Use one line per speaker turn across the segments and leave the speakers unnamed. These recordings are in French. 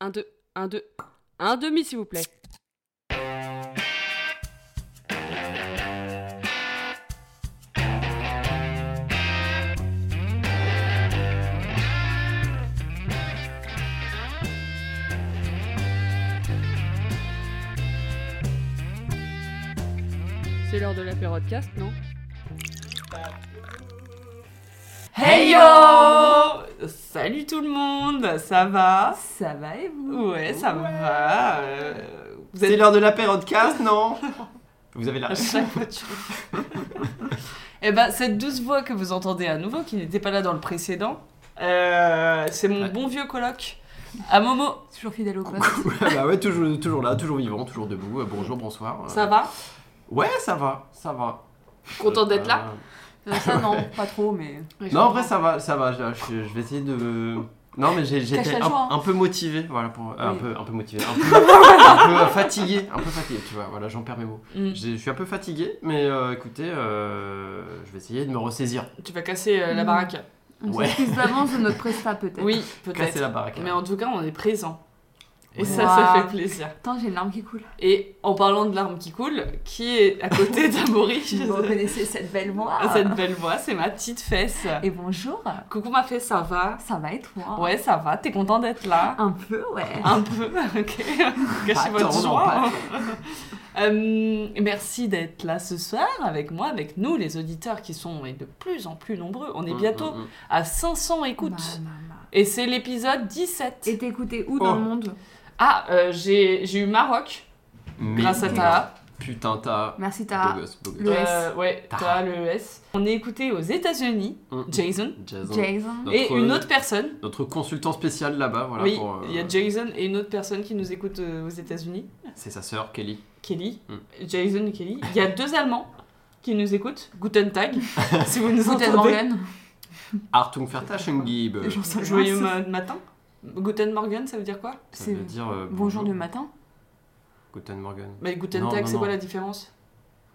Un, deux, un, deux, un demi, s'il vous plaît. C'est l'heure de la podcast, non
Hey yo Salut tout le monde, ça va
Ça va et vous
Ouais, ça va. euh, vous
C'est
êtes
l'heure de la podcast, non Vous avez la
à chaque fois tu- Eh ben, cette douce voix que vous entendez à nouveau, qui n'était pas là dans le précédent, euh, c'est mon
Ouais.
bon vieux coloc, à Momo.
Toujours fidèle au poste.
Bah ouais, toujours, toujours là, toujours vivant, toujours debout. Euh, bonjour, bonsoir. Euh,
Ça va
Ouais, ça va, ça va. Euh,
Content d'être là
Ça, non, pas trop, mais.
Non, en vrai, ça va, ça va. Je, je- je vais essayer de. Non, mais j'ai-
Cache
j'étais
la
un,
joie, hein.
un peu motivé, voilà, pour, euh, un,
Oui.
peu, un peu motivé, un peu, un peu, euh, fatigué, un peu fatigué, tu vois, voilà, j'en perds mes mots.
Mm.
J'ai- Je suis un peu fatigué, mais euh, écoutez, euh, je vais essayer de me ressaisir.
Tu vas casser euh, la
Hmm.
Mm.
baraque.
On
Ouais.
sait plus d'avance de notre presta peut-être.
Oui,
Casser
peut-être.
la baraque. hein.
Mais en tout cas, on est présent. Et
Et
ça,
Waouh.
ça fait plaisir.
Attends, j'ai une larme qui coule.
Et en parlant de l'arme qui coule, qui est à côté d'Amaury
Vous reconnaissez cette belle voix
Ah.
Ah, Cette belle voix, c'est ma petite fesse.
Et bonjour,
Coucou ma fesse, ça va
ça va et toi
Ouais, Ah, ça va, t'es content d'être là
Un peu, ouais.
Un peu, ok. Cachez
Pas tant,
votre
non,
joie.
pas.
Euh, merci d'être là ce soir avec moi, avec nous, les auditeurs qui sont de plus en plus nombreux. On est
Mm,
bientôt
mm, mm.
à 500
Bah.
écoutes.
Ma, ma, ma.
Et c'est l'épisode 17.
Et t'écoutais où dans
Oh.
le monde
Ah, euh, j'ai j'ai eu Maroc
Mais
grâce à ta
Putain, t'as.
Merci
Beau
Tara.
gosse, beau gosse.
Le S.
Euh, ouais, Taha, le S. On est écouté aux États-Unis,
Mm.
Jason,
Jason.
Jason.
Notre-
et une autre personne.
Notre consultant spécial là-bas, voilà.
oui,
pour, euh,
il y a Jason et une autre personne qui nous écoute euh, aux États-Unis.
C'est sa sœur, Kelly.
Kelly,
Mm.
Jason et Kelly. Il y a deux Allemands qui nous écoutent. Guten Tag, si vous nous
Guten
entendez.
Morgen.
Artung Vertaschengibe.
J'en sais rien,
Euh, Joyeux
c'est-
ma- matin. Guten Morgen, ça veut dire quoi
Ça veut
C'est
dire. euh,
bonjour du matin.
Guten Morgen.
Mais Guten
Non,
Tag,
non,
c'est quoi
non.
la différence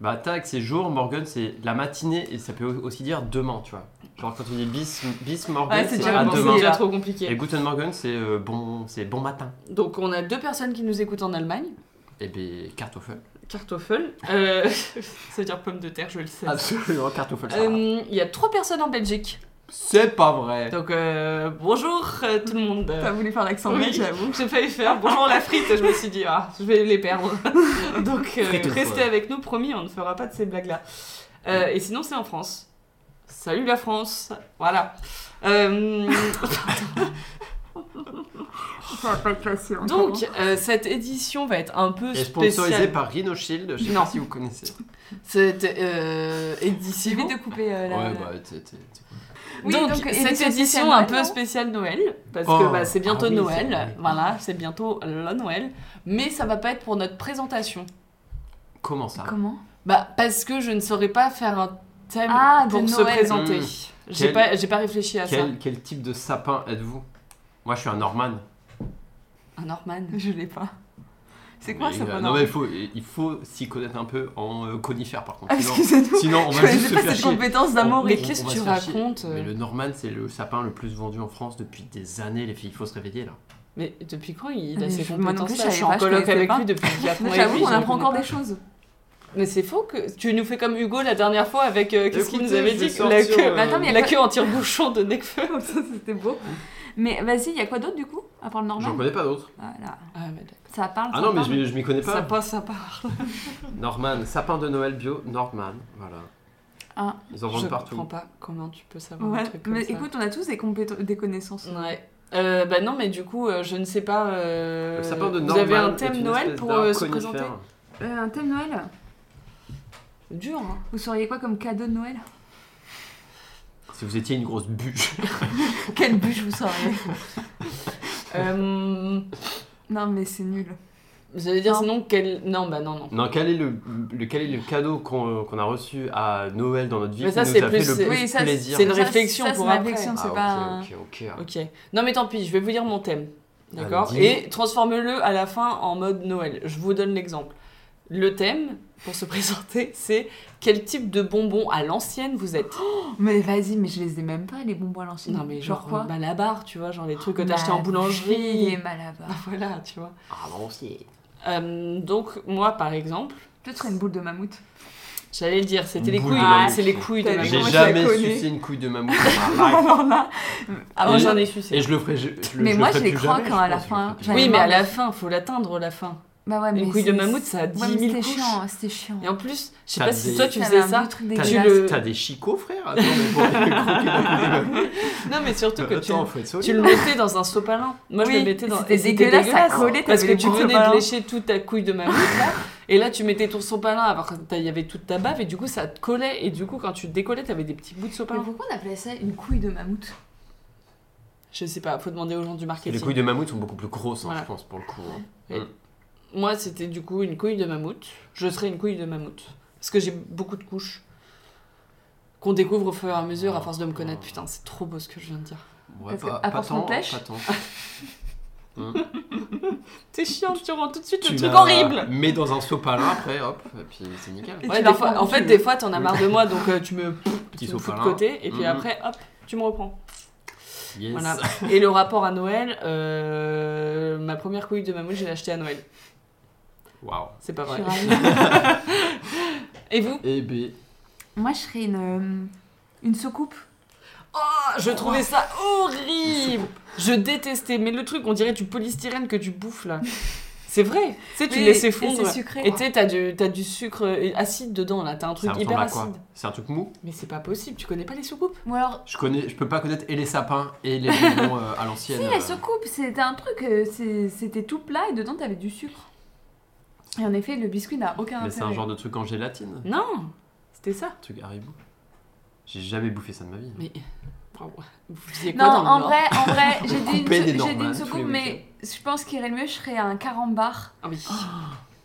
Bah, tag, c'est jour, Morgan, c'est la matinée, et ça peut aussi dire demain, tu vois. Genre quand on dit bis, bis Morgan,
Ah, c'est
c'est
déjà,
à
bon, c'est
demain.
déjà
là.
trop
Et
compliqué.
Guten Morgen, c'est euh, bon, c'est bon matin.
Donc, on a deux personnes qui nous écoutent en Allemagne.
Et ben, Kartoffel.
Kartoffel, euh, ça veut dire pomme de terre, je le sais.
Absolument, Kartoffel. Ah, ça va.
Euh, Il y a trois personnes en Belgique.
C'est pas vrai.
Donc, euh, bonjour euh, tout le monde.
T'as voulu faire l'accent
Oui.
belge, j'avoue.
J'ai failli faire bonjour la frite, je me suis dit, ah, je vais les perdre. Donc, euh,
Frite au
restez
poivre.
avec nous, promis, on ne fera pas de ces blagues-là. Euh, et sinon, c'est en France. Salut la France Voilà. Euh,
Ça va pas être facile. encore.
donc, euh, cette édition va être un peu
Et sponsorisé
spéciale.
par Rhino Shield, je sais
Non.
pas si vous connaissez.
Cette euh,
j'ai
édition.
vite de couper euh, la.
Ouais, bah, t'es- t'es- t'es-
Oui,
donc,
donc,
cette édition
édition spéciale
un
Noël,
peu
non
spéciale Noël, parce
Oh,
que bah, c'est bientôt
ah oui, c'est
Noël,
vrai.
voilà, c'est bientôt le Noël, mais ça va pas être pour notre présentation.
Comment ça
Comment
Bah parce que je ne saurais pas faire un thème
Ah, de
pour se
Noël.
présenter.
Mmh.
J'ai
Quel-
pas, j'ai pas réfléchi à ça.
Quel, quel type de sapin êtes-vous Moi, je suis un Norman.
Un Norman.
Je l'ai pas. C'est quoi
Mais,
ça
euh, Non, mais il faut, il faut s'y connaître un peu en euh, conifère, par contre.
Ah,
Sinon,
Excusez-nous.
sinon, on
Je
va juste
connaissais
se
pas
faire
cette
chier.
compétence
On-
d'amour.
Mais
on-
qu'est-ce
on
que
va
tu
se faire chier.
racontes, euh
Mais le Norman, c'est le sapin le plus vendu en France depuis des années, les filles. Il faut se réveiller, là.
Mais depuis quand il a
Ah, Mais
ses
je- moi non
compétences
plus, je
là Je suis
savais
en
pas, je
coloc
connaissais
avec
pas.
lui depuis 4 mois. et
J'avoue
demi,
qu'on
je
apprend
connais
encore
pas.
des choses.
Mais c'est faux que tu nous fais comme Hugo la dernière fois avec euh, qu'est-ce qu'il
Écoutez,
nous avait
je vais
dit la
sortir,
queue,
euh,
Mais attends, mais il y a
la
quoi-
queue en tire-bouchon de Necfeu.
Comme ça, c'était beau. Mais vas-y, il y a quoi d'autre du coup À part le
J'en
normal
connais pas d'autres.
Voilà.
Ah, mais d'accord.
Ça parle.
Ah
ça
non, mais
parle.
je, m'y- je m'y connais
ça
pas.
passe, ça part.
Norman, sapin de Noël bio, Norman. Voilà.
Ah.
Ils en
Je
vendent
comprends
partout.
pas comment tu peux savoir
Ouais.
un truc comme
Mais
ça.
écoute, on a tous des, compéten- des connaissances.
Ouais. Euh, bah non, mais du coup, euh, je ne sais pas. euh,
Le sapin de
vous
Norman.
avez un
est
thème
une
Noël
espèce
pour
d'arbre
euh, se
conifère.
présenter
Euh, un thème Noël
Dur, hein.
Vous seriez quoi comme cadeau de Noël
Si vous étiez une grosse bûche.
Quelle bûche vous seriez
Euh,
Non, mais c'est nul.
J'allais dire
Non.
sinon quel... Non, bah non, non.
Non, quel est le, le- quel est le cadeau qu'on qu'on a reçu à Noël dans notre vie
Mais ça,
qui
c'est
nous a
plus-
fait le plus
Oui, ça,
plaisir
c'est une
Ça, c'est-
réflexion
ça,
pour
c'est une
après.
réflexion, c'est
Ah,
pas. un-
ok, ok, ok.
Ok. Non mais tant pis, je vais vous dire mon thème. D'accord
Allez, dis-le.
Et transformez-le à la fin en mode Noël. Je vous donne l'exemple. Le thème pour se présenter, c'est quel type de bonbon à l'ancienne vous êtes.
Mais vas-y, mais je les ai même pas, les bonbons à l'ancienne.
Non mais genre,
quoi Bah,
bah, la barre, tu vois, genre les trucs que t'as acheté en
Ma
boulangerie.
vie, Malabar.
Voilà, tu vois.
Ah bon, c'est.
Euh, donc moi par exemple,
Toi, tu serais une boule de mammouth.
j'allais le dire, c'était
Une
les
boule de
couilles, Ah,
mammouth.
c'est les couilles de
T'as
ma
vu
J'ai
comment tu
jamais
la connais
sucé une couille de mammouth dans ma life.
Alors là,
Ah moi
Et-
j'en ai
Et
sucé.
je le ferai. Je, je le-
Mais
je
moi,
le ferai
je les
plus
crois
jamais,
quand
je
à la
pense, je
fin,
le ferai plus
j'avais-
Oui,
jamais.
mais à
marre de
la
ça.
fin, faut l'atteindre la fin.
bah ouais, mais.
Une couille de
c'est-
mammouth, ça a 10
Ouais, mais
000
c'était
couches.
chiant, c'était chiant.
Et en plus, je sais
T'as
pas si
des-
toi tu
Ça
faisais
avait un
ça.
goût truc
T'as
Tu
dégueulasse.
le.
T'as des chicots, frère Attends, mais pour croquer la couille de mammouth.
Non, mais surtout que tu,
Attends, faut être solide.
tu le mettais dans un sopalin. Moi, je
Oui,
le mettais dans.
c'était
et
dégueulasse, ça collait,
parce que
t'avais
tu
les bouts de
venais de
sopalin.
lécher toute ta couille de mammouth là, et là tu mettais ton sopalin alors que t'as- il y avait toute ta bave et du coup ça te collait et du coup quand tu décollais t'avais des petits bouts de
Mais
sopalin.
pourquoi on appelait ça une couille de mammouth
Je sais pas, faut demander aux gens du
Et Les
marketing.
couilles de mammouth sont beaucoup plus grosses, hein,
Voilà.
je pense, pour le coup. hein.
Moi c'était du coup une couille de mammouth. Je serais une couille de mammouth parce que j'ai beaucoup de couches qu'on découvre au fur et à mesure à
Oh.
force de me connaître. Putain, c'est trop beau ce que je viens de dire.
Ouais,
Parce que,
pas, pas
à force qu'on
tant, pas
pêche.
tant.
T'es chiant, tu rends tout de suite
Tu
le truc
la
horrible.
Mets dans un sopalin après, hop, et puis c'est nickel.
Et
Ouais,
tu
des
la
fois-
prends
en
où
fait,
tu
des
veux.
fois, t'en as marre de moi, donc euh, tu me,
Petit
tu me fous de
sopalin.
côté, et puis
Mhm.
après, hop, tu me reprends.
Yes.
Voilà. Et le rapport à Noël, euh, ma première couille de mammouth, je l'ai achetée à Noël.
Waouh.
C'est pas vrai.
Je suis ravie.
Et vous
Eh ben,
Moi, je serais une. euh, Une soucoupe.
Ah,
Oh.
Je trouvais ça horrible Je détestais, mais le truc, on dirait du polystyrène que tu bouffes là. C'est vrai, tu sais, tu
Oui,
laissais
et
fondre.
c'est sucré.
Et tu sais, t'as du, t'as du sucre euh, acide dedans là, t'as un
ça
truc
ressemble
hyper
à quoi
acide.
C'est un truc mou
Mais c'est pas possible, tu connais pas les soucoupes
Ou alors.
Je connais, je peux pas connaître et les sapins et les bonbons euh, à l'ancienne.
Si,
euh.
la soucoupe, c'était un truc, euh, c'est- c'était tout plat et dedans, t'avais du sucre. Et en effet, le biscuit n'a aucun
Mais c'est un
intérêt.
genre de truc en gélatine,
Non C'était ça
un truc Haribo. J'ai jamais bouffé ça de ma vie.
Mais. Bravo. Vous faisiez quoi
Non,
dans le
en
Nord
vrai, en vrai, j'ai
Vous
dit une,
coupez des
j'ai dit
normales
une
tous les
soucoupe, mais je pense qu'il irait le mieux, je serais un carambar.
Ah oui.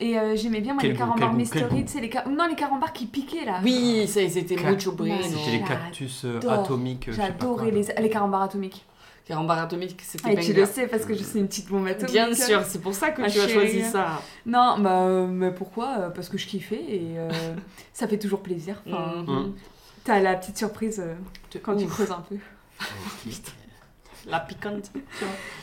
Et euh, j'aimais bien moi
Quel
les
goût, quel
carambars
goût, quel
mystery, tu sais, les car- non, les carambars qui piquaient là.
Oui, ça, ils étaient
Clac.
mucho bueno.
C'était les
J'adore.
cactus euh, atomiques. euh, je sais pas quoi,
J'adorais
là.
les, les carambars atomiques.
Carambar atomique, c'était
Et tu le
banger.
sais parce que je suis une petite bombe atomique.
Bien sûr, c'est pour ça que
Ah,
tu as choisi
chérie.
ça.
Non, bah euh, mais pourquoi Euh, Parce que je kiffais et euh, ça fait toujours plaisir. Enfin,
mm.
Mhm.
T'as la petite surprise euh, quand tu
Ouf.
creuses un peu.
La piquante.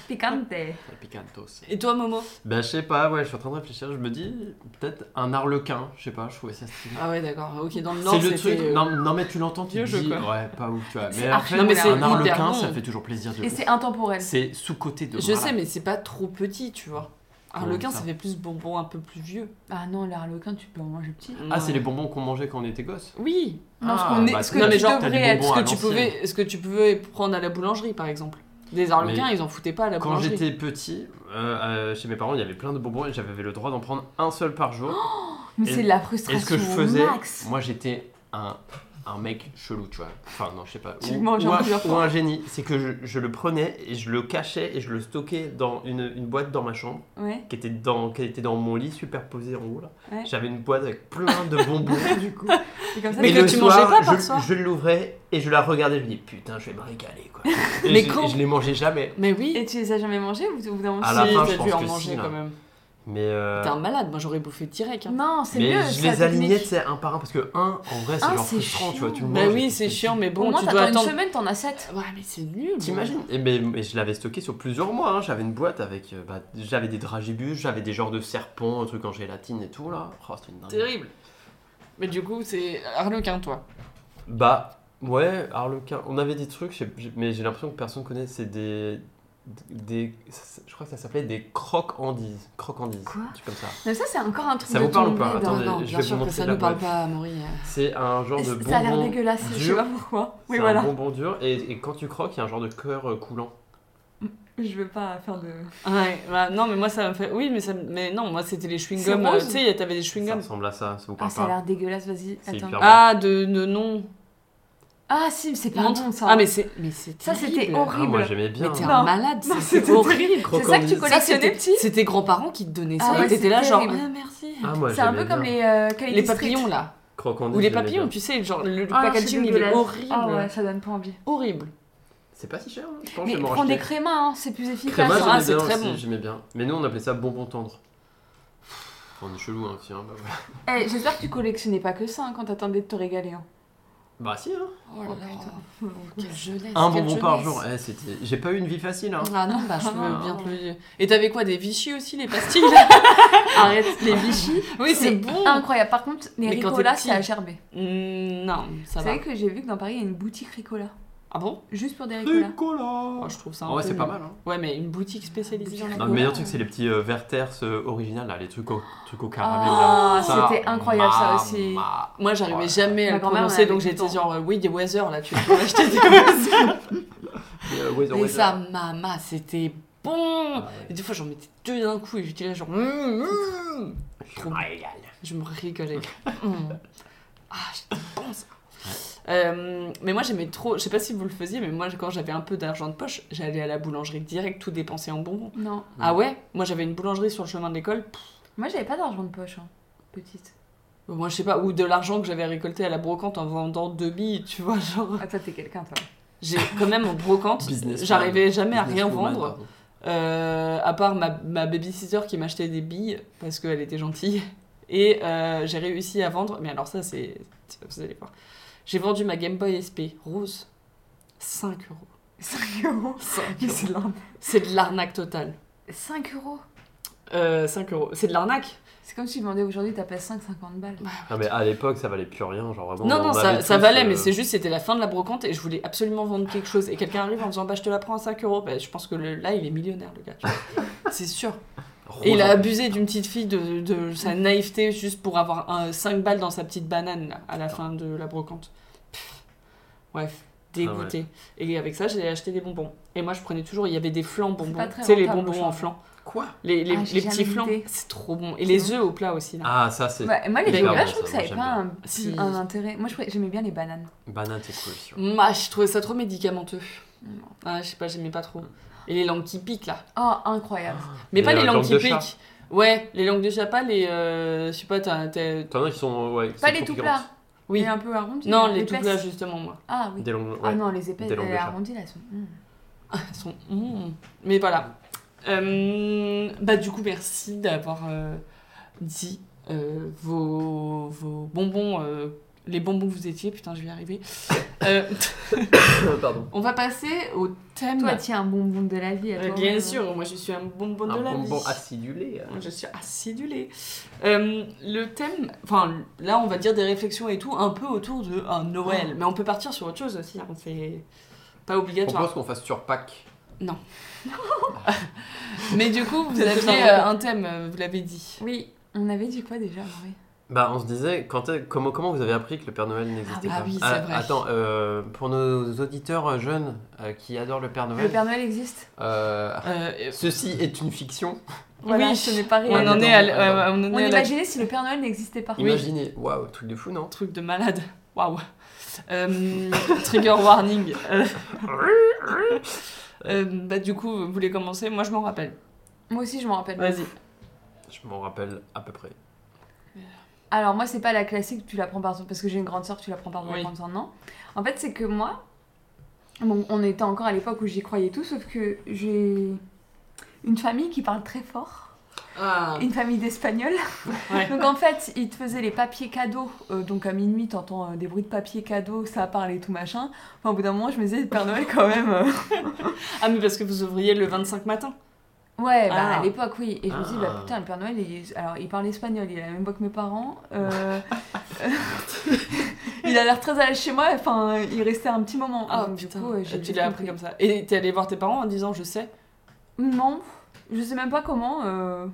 Piquante.
Les picantos.
Et toi, Momo
Ben, je sais pas, ouais, je suis en train de réfléchir. Je me dis, peut-être un arlequin. Je sais pas, je trouvais ça stylé.
Ah ouais, d'accord. Ok, dans le Nord,
C'est le
c'était...
truc.
euh,
Non, non, mais tu l'entends, tu
vieux
te
jeu,
dis.
quoi.
Ouais, pas ouf, tu vois.
C'est
Mais
archi
après,
Non, mais c'est
un
hyper
arlequin,
bon.
ça fait toujours plaisir de
Et
ouf.
c'est intemporel.
C'est sous-côté de
Je
malade.
sais, mais c'est pas trop petit, tu vois. Ah,
Comment
Arlequin,
ça
ça fait plus bonbon un peu plus vieux.
Ah non, l'arlequin, tu peux en manger petit.
Ah, c'est les bonbons qu'on mangeait quand on était gosse.
Oui
Non, ce
Ah,
qu'on est-
bah,
ce
c'est-
que
non, mais
tu
genre,
t'as des bonbons
devrais être.
Bon,
ce,
à
que tu
l'ancienne.
pouvais, ce que tu pouvais prendre à la boulangerie, par exemple. Des arlequins,
Mais
ils en foutaient pas à la
Quand
boulangerie.
j'étais petit, euh, euh, chez mes parents, il y avait plein de bonbons et j'avais le droit d'en prendre un seul par jour.
Oh,
Mais
Et-
c'est de la
et
frustration.
ce que je faisais,
Max.
moi j'étais un, un mec chelou, tu vois. Enfin, non, je sais pas.
Tu
ou,
le manges
ou
en
un,
plusieurs
ou
fois.
un génie. C'est que je, je le prenais et je le cachais et je le stockais dans une, une boîte dans ma chambre
Ouais.
qui était dans, qui était dans mon lit, superposée en haut là.
Ouais.
J'avais une boîte avec plein de bonbons.
Du coup. Et comme ça,
Mais
Et
que
le
tu
soir,
mangeais pas par
je,
soir.
je l'ouvrais et je la regardais, je me dis putain, je vais me régaler quoi. Et
Mais
je,
quand
et je les mangeais jamais.
Mais oui
Et tu les as jamais mangés ou au bout d'un moment
À
tu-
la
Si,
fin,
t'as
je
dû
pense
en
que
manger
si, hein. là.
quand même.
Mais euh,
T'es un malade, moi j'aurais bouffé direct. hein.
Non, c'est
Mais
mieux.
je
c'est
les
la technique.
alignais, tu sais, un par un, parce que un, en vrai, Ah, c'est
Un,
genre
c'est
frustrant, tu vois, tu le
Bah
manges et
oui,
puis
c'est
tu-
chiant, mais
Au
bon,
moins,
tu dois
t'attends une
attendre.
semaine, t'en as 7.
Ouais, mais c'est nul.
T'imagines Et ben, mais je l'avais stocké sur plusieurs mois, hein. j'avais une boîte avec, euh, bah, j'avais des dragibus, j'avais des genres de serpents, un truc en gélatine et tout, là. Oh, c'était une dinguerie.
Terrible. Mais du coup, c'est Arlequin, toi.
Bah, ouais, Harlequin, on avait des trucs, j'ai- j'ai- mais j'ai l'impression que personne connaît, c'est des... des je crois que ça s'appelait des croque-andises, croque-andises,
Quoi
un truc comme ça.
Mais ça, c'est encore un truc
Ça
de
vous parle ou
tomber
pas
dans-
Attendez,
Ah non,
je
bien
vais
sûr
vous
que ça
montrer la
nous parle
boîte.
pas, Amaury. euh.
C'est un genre de bonbon...
Ça a l'air dégueulasse, je sais
dur.
pas pourquoi.
C'est
Oui,
un
voilà.
bonbon dur, et, et quand tu croques, il y a un genre de cœur euh, coulant.
Je veux pas faire de.
Ouais, bah, non, mais moi ça me fait. Oui, mais ça. me- Mais non, moi c'était les
C'est
chewing-gums. euh,
rose
Tu sais, t'avais des
Ça
chewing-gums.
ressemble à ça, ça vous
Ah,
parle
ça a
pas.
l'air dégueulasse, vas-y.
C'est
Attends.
hyper bon.
Ah, de, de non.
Ah, si, mais c'est pas
Montre.
bon ça. hein.
Ah, mais c'est. Mais c'est.
Ça, c'était
terrible.
horrible.
Ah, moi j'aimais bien.
Mais t'es
Non.
un malade,
Non,
c'était
c'était
horrible.
C'est ça que tu
Ça,
collectionnais
c'était
petit
C'est tes grands-parents qui te donnaient
Ah
ça.
ouais,
et t'étais
c'est
là, genre,
terrible.
ah, merci.
Ah, moi,
C'est un
j'aimais
peu comme
bien.
les euh, Quality
Les
Street.
papillons, là.
Croquandise,
Ou les
j'aimais
papillons,
bien.
tu sais, genre, le, le
Ah,
packaging,
c'est
il est
dégueulasse.
horrible.
Ah ouais, ça donne pas envie.
Horrible.
C'est pas si cher, hein. je pense. que
Mais
je vais m'en
prends des
racheter.
crémas, hein, c'est plus efficace.
Créma,
Ah,
j'aimais
c'est
bien
très
aussi,
bon.
j'aimais bien. Mais nous on appelait ça bonbon tendre. On est chelou, hein, tiens. Bah, voilà.
Eh, J'espère que tu collectionnais pas que ça hein, quand t'attendais de te régaler. hein.
Bah, si, hein.
Oh là là. Quelle jeunesse.
Un
quelle
bonbon par
jeunesse.
jour. Eh, c'était... J'ai pas eu une vie facile, hein.
Ah non, bah je peux
Ah non.
bien te le dire. Et t'avais quoi Des Vichy aussi, les pastilles
Arrête, les Vichy.
Oui,
C'est incroyable. Par contre, les
Mais quand t'es
Ricola,
petit.
c'est à gerber.
Mm, Non, ça
C'est
va.
vrai que j'ai vu que dans Paris, il y a une boutique Ricola.
Ah bon
Juste pour des Ricola.
Moi,
Oh,
Ricola
Je trouve ça un
En vrai,
peu
c'est pas
nul.
mal, hein.
Ouais, mais une boutique spécialisée dans la
Non,
Non,
couleur.
le meilleur truc, c'est les petits euh, Verters euh, original, là, les trucs au, trucs au caramel.
Ah,
là. Ça,
c'était incroyable, ça
ma-
aussi.
ma-
Moi, j'arrivais
Ouais.
jamais à
Ma
le
grand-mère,
prononcer,
elle
donc
avait tout
j'étais
le temps.
genre, euh, oui, des Weather, là, tu peux acheter des Weather.
Et, euh, Weather,
Mais
Weather.
ça, maman, c'était bon.
Ah, ouais.
Et des fois, j'en mettais deux d'un coup et j'étais là, genre, mm, mm. Trop
Ah, égal.
Je me rigolais. Mm. Ah, j'étais bon ça. Euh, mais moi j'aimais trop, je sais pas si vous le faisiez, mais moi quand j'avais un peu d'argent de poche, j'allais à la boulangerie direct, tout dépenser en bonbons.
Non.
Ah ouais Moi j'avais une boulangerie sur le chemin de l'école,
Moi, j'avais pas d'argent de poche, hein, petite.
moi je sais pas, ou de l'argent que j'avais récolté à la brocante en vendant deux billes, tu vois, genre.
Ah, toi, t'es quelqu'un, toi.
J'ai quand même en brocante,
Businessman.
j'arrivais jamais à rien
Businesswoman,
vendre.
pardon.
Euh, à part ma, ma babysitter qui m'achetait des billes parce qu'elle était gentille. Et euh, j'ai réussi à vendre, mais alors ça, c'est. c'est- Vous allez voir. J'ai vendu ma Game Boy SP rose. 5 euros.
5 euros.
5
Mais
euros.
c'est de l'arnaque.
C'est de l'arnaque totale.
5 euros.
Euh, 5 euros. C'est de l'arnaque
C'est comme si tu demandais aujourd'hui, t'as pas 5, 50 balles.
Non, Ah, mais à l'époque, ça valait plus rien, genre vraiment.
Non,
on
non,
avait
ça, ça
tous,
valait,
euh,
mais c'est juste, c'était la fin de la brocante et je voulais absolument vendre quelque chose. Et quelqu'un arrive en disant, bah je te la prends à 5 euros. Bah, je pense que le- là, il est millionnaire, le gars. tu vois. c'est sûr.
rose
Et il a
en-
abusé d'une petite fille de, de sa naïveté juste pour avoir 5 balles dans sa petite banane là,
Ah.
à la fin de la brocante. Pff, Bref, dégoûté. Et avec ça, j'ai acheté des bonbons. Et moi, je prenais toujours, il y avait des flans bonbons.
pas
Tu
très
sais, les
rentable,
bonbons
je
en
crois.
flan.
Quoi
Les, les,
Ah,
les
j'ai jamais
petits flans,
goûté.
c'est trop bon. Et les œufs au plat aussi. Là.
Ah, ça, c'est.
Bah, moi, les
Mais
Ricola,
clairement,
je trouve que
ça,
ça avait
moi,
pas un,
j'aime bien.
un intérêt. Moi, je pr- j'aimais bien les bananes.
Banane, c'est cool. sûr.
Moi, je trouvais ça trop médicamenteux.
Non.
Ah, je sais pas, j'aimais pas trop. Et les langues qui piquent là.
Oh, incroyable.
Mais
Et
pas les
la
langues
langue
qui
de chat.
piquent. Ouais, les langues de chat, pas les. euh, je sais pas, t'as. t'as-
T'en as qui sont. Ouais, qui
Pas
sont
les
trop
tout
piquantes.
plats.
Oui.
Mais un peu arrondis.
Non,
là,
les tout
épaisses.
plats, justement, moi.
Ah, oui.
Des longues.
Ah
ouais.
non, les épaisses,
Des langues de
les
chat.
arrondies, là, elles sont. mm.
Elles sont- Mm. Mais voilà. Euh, bah du coup, merci d'avoir euh, dit euh, vos, vos bonbons, euh, les bonbons que vous étiez. Putain, je vais y arriver. Euh,
Pardon.
on va passer au thème.
Toi, tiens, un bonbon de la vie. à
Euh,
toi,
bien
ouais.
sûr, moi je suis un bonbon de
Un
la
bonbon
vie.
acidulé. hein.
Moi, Je suis acidulée. Euh, le thème, enfin là on va dire des réflexions et tout, un peu autour de un Noël. Mais on peut partir sur autre chose aussi, hein, c'est pas
Je
obligatoire.
propose qu'on fasse sur Pâques.
Mais du coup, vous
Ça
aviez
nous a
euh, un thème, euh, vous l'avez dit.
Oui. On avait dit quoi déjà Marie
Bah, on se disait, quand, comment, comment vous avez appris que le Père Noël n'existait
Ah bah
pas
oui, c'est vrai.
Attends, euh, pour nos auditeurs jeunes euh, qui adorent le Père Noël,
Le Père Noël existe
euh,
Euh,
ceci est une fiction.
Voilà,
oui,
ce n'est pas
on
réel.
Ouais,
en
non.
est à, l- euh, on en
On
est à la-
imaginait si le Père Noël n'existait pas.
Imaginez, waouh, truc de fou, non
truc de malade. Waouh. Euh, trigger warning. Euh, euh, bah, du coup, vous voulez commencer Moi, je m'en rappelle.
Moi aussi, je m'en rappelle.
Vas-y.
Je m'en rappelle à peu près.
Alors moi c'est pas la classique, tu la prends par ton parce que j'ai une grande sœur, tu la prends par ton
Oui.
grande sœur, non. En fait c'est que moi, bon, on était encore à l'époque où j'y croyais tout, sauf que j'ai une famille qui parle très fort,
Ah,
une famille d'espagnols.
ouais.
Donc en fait ils te faisaient les papiers cadeaux, Euh, donc à minuit t'entends euh, des bruits de papier cadeaux, ça parle et tout machin. Enfin, au bout d'un moment je me disais Père Noël quand même. euh.
Ah, mais parce que vous ouvriez le 25 matin.
Ouais, bah,
Ah.
à l'époque, oui. Et je me dis, bah
Ah.
putain, le Père Noël, il... alors il parle espagnol, il a la même voix que mes parents. euh, il a l'air très à l'aise chez moi, enfin, il restait un petit moment.
Ah,
Donc,
putain.
euh,
tu
vite
l'as appris
compris.
comme ça. Et t'es allé voir tes parents en disant je sais.
Non, je sais même pas comment. euh,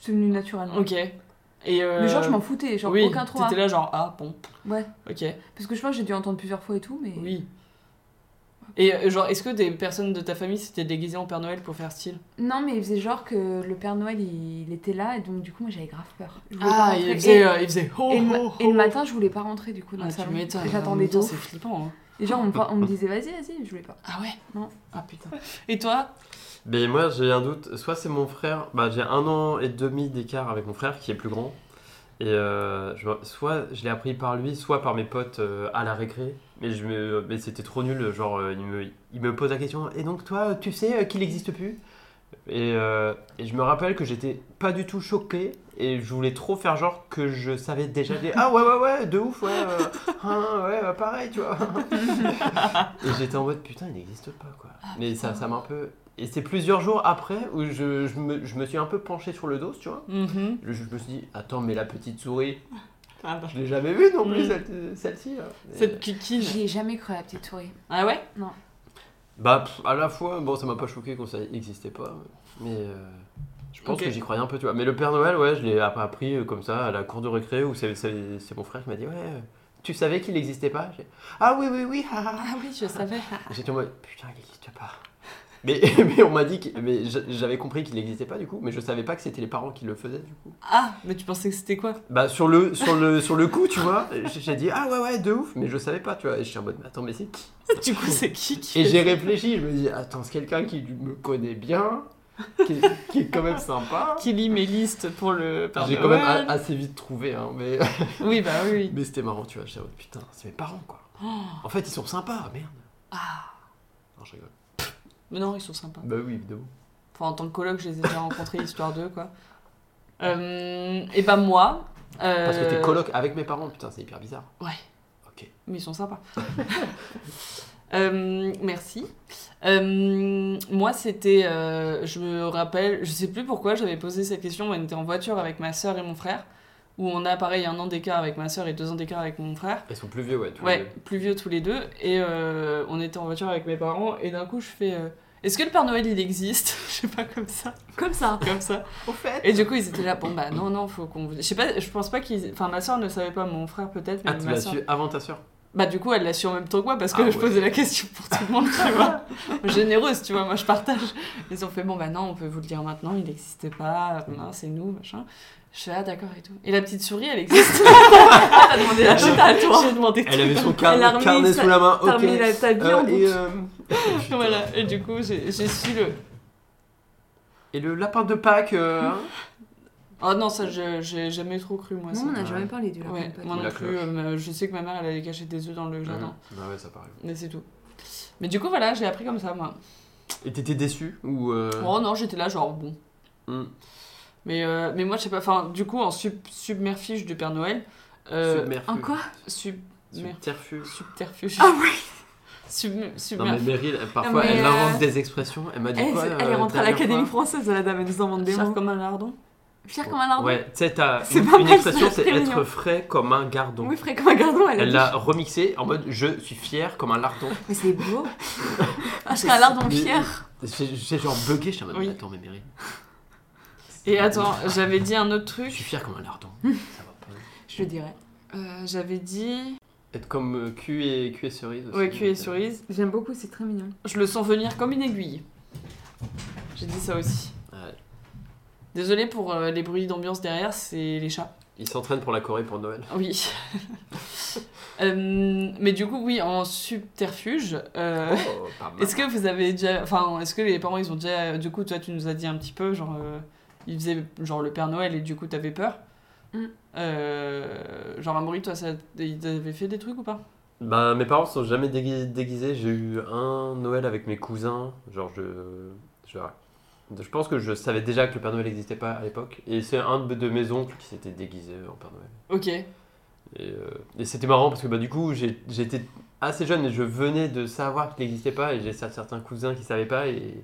C'est venu naturellement.
Ok. Et euh,
Mais genre, je m'en foutais, genre
oui,
aucun trop.
T'étais là, genre, ah bon.
Ouais,
Ok.
parce que je pense que j'ai dû entendre plusieurs fois et tout, mais.
Oui. Et euh, genre, est-ce que des personnes de ta famille s'étaient déguisées en Père Noël pour faire style
Non, mais il faisait genre que le Père Noël, il, il était là, et donc du coup, moi j'avais grave peur. Je voulais pas
Ah,
rentrer.
il faisait,
Et-
euh, il faisait ho,
Et le, ma-
ho,
et le
ho.
matin, je voulais pas rentrer du coup dans
Ah,
le
tu
salon.
m'étonnes.
J'attendais
Putain,
tout.
C'est flippant. hein.
Et genre, on me, on me disait, vas-y, vas-y, je voulais pas.
Ah ouais
Non.
Ah putain. Et toi
Mais moi j'ai un doute, soit c'est mon frère, bah j'ai un an et demi d'écart avec mon frère qui est plus grand, et euh, je me- soit je l'ai appris par lui, soit par mes potes euh, à la récré, mais, je me- mais c'était trop nul, genre euh, il, me... il me pose la question, et donc toi tu sais euh, qu'il n'existe plus Et, euh, et je me rappelle que j'étais pas du tout choqué et je voulais trop faire genre que je savais déjà des ah ouais ouais ouais de ouf ouais euh, hein, ouais bah, pareil tu vois et j'étais en mode putain il n'existe pas quoi mais ça ça m'a un peu et c'est plusieurs jours après où je, je me, je me suis un peu penché sur le dos tu vois
Mhm.
je, je me suis dit attends mais la petite souris
Ah, bah.
je l'ai jamais vue non plus
Mm.
celle- celle-ci là. Et-
Cette kikine.
J'y ai jamais cru à la petite souris.
Ah ouais
Bah, pff, à la fois, bon, ça m'a pas choqué quand ça n'existait pas, mais euh, je pense
Ok.
que j'y croyais un peu, tu vois. Mais le Père Noël, ouais, je l'ai app- appris euh, comme ça à la cour de récré où c'est c'est- c'est mon frère qui m'a dit, ouais, euh, tu savais qu'il n'existait pas J'ai, Ah oui, oui, oui, ah, ah,
Ah oui, je savais.
ah. J'étais en mode, putain, il n'existe pas. Mais, mais on m'a dit, que- mais j'a- j'avais compris qu'il n'existait pas du coup, mais je savais pas que c'était les parents qui le faisaient du coup.
Ah, mais tu pensais que c'était quoi
Bah, sur le, sur le, sur le coup, tu vois, j'ai j'ai dit, ah ouais, ouais, de ouf, mais je savais pas, tu vois. Et je suis en mode, mais attends, mais c'est qui
Du coup, c'est qui qui
Et
fait
j'ai réfléchi, je me dis, attends, c'est quelqu'un qui me connaît bien, qui est, qui est quand même sympa.
qui lit mes listes pour le Père
J'ai quand même
Noël.
a- assez vite trouvé, hein, mais,
Oui, bah oui.
mais c'était marrant, tu vois. J'étais en mode, putain, c'est mes parents, quoi.
Oh.
En fait, ils sont sympas, merde.
Ah.
Non, je rigole.
Mais non, ils sont sympas.
Bah oui, évidemment.
Enfin, en tant que coloc, je les ai déjà rencontrés, histoire d'eux, quoi. Euh, et bah moi... euh,
Parce que t'es coloc avec mes parents, putain, c'est hyper bizarre.
Ouais.
Ok.
Mais ils sont sympas. Euh, merci. Euh, moi, c'était. euh, je me rappelle, je sais plus pourquoi j'avais posé cette question. On était en voiture avec ma soeur et mon frère, où on a pareil un an d'écart avec ma soeur et deux ans d'écart avec mon frère.
Ils sont plus vieux, ouais, tous les
Ouais,
deux.
plus vieux tous les deux. Et euh, on était en voiture avec mes parents, et d'un coup, je fais. euh, est-ce que le Père Noël il existe Je sais pas comme ça,
Comme ça.
comme ça.
Au fait.
Et du coup ils étaient là, bon bah non non faut qu'on. vous- Je sais pas, je pense pas qu'ils. Enfin ma soeur ne savait pas, mon frère peut-être, mais
Ah, tu
ma
l'as
soeur.
su avant ta soeur
Bah du coup elle l'a su en même temps que moi parce que
Ah
je
ouais.
posais la question pour tout le monde, tu vois. Généreuse, tu vois, moi je partage. Ils ont fait bon bah non, on peut vous le dire maintenant, il n'existe pas, euh, non, c'est nous, machin. Je suis ah d'accord et tout. Et la petite souris elle existe.
T'as demandé la
J'ai
chute à toi.
demandé tout.
Elle avait son
Elle a
carnet,
remis
carnet
sa-
sous la main,
T'as
ok.
remis la- ta vie en
Euh, et,
boucle.
euh, putain.
Voilà, et du coup j'ai j'ai su le.
Et le lapin de Pâques, euh, hein
Oh non, ça je- j'ai jamais trop cru moi.
Nous,
ça.
on n'a jamais parlé du lapin
Ouais,
de Pâques.
moi
La
non plus,
cloche.
euh, ma- je sais que ma mère elle allait cacher des œufs dans le jardin,
Ah ouais, ça paraît.
mais c'est tout. Mais du coup voilà, j'ai appris comme ça moi.
Et t'étais déçu ou euh,
Oh non, j'étais là genre bon.
hmm,
Mais, euh, mais moi, je sais pas. Enfin, du coup, en sub, submerfuge du Père Noël. Euh,
submerfuge
En quoi
sub, mer-
Subterfuge.
subterfuge.
Ah oui
Sub,
Non mais
submerfuge.
Meryl, elle- parfois
Mais,
elle
euh,
invente des expressions. Elle m'a dit
Elle,
quoi
elle est
euh,
rentrée à
dernière
l'Académie
fois
française, elle a dame, elle nous invente des
Cher
mots.
comme un lardon.
Fier comme un lardon.
Ouais, tu sais, t'as
C'est
une,
pas
une
mal,
expression,
c'est
c'est
très
être
mignon.
frais comme un gardon.
Oui, frère, comme un gardon, elle a
Elle
dit.
l'a remixé en mode je suis fier comme un lardon.
Mais c'est beau. Ah, je serais un lardon
Mais-
fier.
J'ai j'ai genre bugué, je suis en mode
Oui.
attends mais Meryl.
Et attends, j'avais dit un autre
Je suis
truc.
fier comme un lardon.
Hmm.
ça va pas.
Je le dirais.
Euh, j'avais dit.
Être comme euh, cul et, cul et cerise aussi. euh,
Ouais, cul et cerise.
J'aime beaucoup, c'est très mignon.
Je le sens venir comme une aiguille. J'ai dit ça aussi.
Ouais.
Désolée pour euh, les bruits d'ambiance derrière, c'est les chats.
Ils s'entraînent pour la Corée pour Noël.
Oui. Euh, mais du coup, oui, en subterfuge. euh,
Oh, pas mal.
Est-ce que vous avez déjà. Enfin, est-ce que les parents, ils ont déjà. Du coup, toi, tu nous as dit un petit peu, genre. euh, ils faisaient genre le Père Noël et du coup, t'avais peur.
Mm.
Euh, genre, Amaury, toi, ça, ils t'avaient fait des trucs ou pas
Bah, mes parents se sont jamais dégui- déguisés. J'ai eu un Noël avec mes cousins. Genre, je. Je, je pense que je savais déjà que le Père Noël n'existait pas à l'époque. Et c'est un de, de mes oncles qui s'était déguisé en Père Noël.
Ok.
Et, euh, et c'était marrant parce que bah, du coup, j'ai- j'étais assez jeune et je venais de savoir qu'il n'existait pas. Et j'ai cer- certains cousins qui ne savaient pas. Et,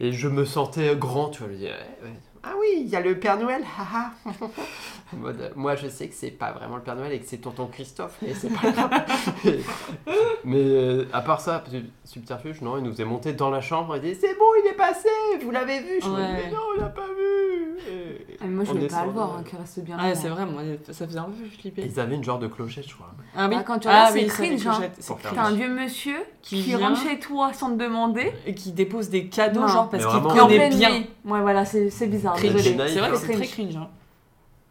et je me sentais grand, tu vois. Je me disais, Ouais, ouais. ah oui, il y a le Père Noël, haha. En mode, Moi, je sais que c'est pas vraiment le Père Noël et que c'est tonton Christophe, mais c'est pas grave. mais euh, à part ça, sub- subterfuge, non, il nous faisait monter dans la chambre et disait C'est bon, il est passé, vous l'avez vu. Je me dis,
Ouais.
Mais non, on l'a pas vu. Et-
Ah, mais moi, je
On
voulais pas
descend,
le voir,
euh,
hein, qu'il reste bien.
Ah,
loin.
c'est vrai, moi, ça faisait un peu flipper.
Ils avaient une genre de clochette, je crois.
Ah
Ah, quand tu
ah,
regardes,
oui,
c'est
ça, les
cringe, hein.
clochettes, c'est
Pour faire
T'as un
cringe.
vieux monsieur
Qui
qui,
vient-
rentre chez toi sans te demander.
Et qui dépose des cadeaux,
Non.
genre, parce
Mais
qu'il
vraiment.
et en
connaît
pleine
bien.
nuit. Ouais, voilà, c'est c'est bizarre.
Cringe.
désolée.
Cringe.
C'est vrai que c'est
Cringe.
très cringe. hein.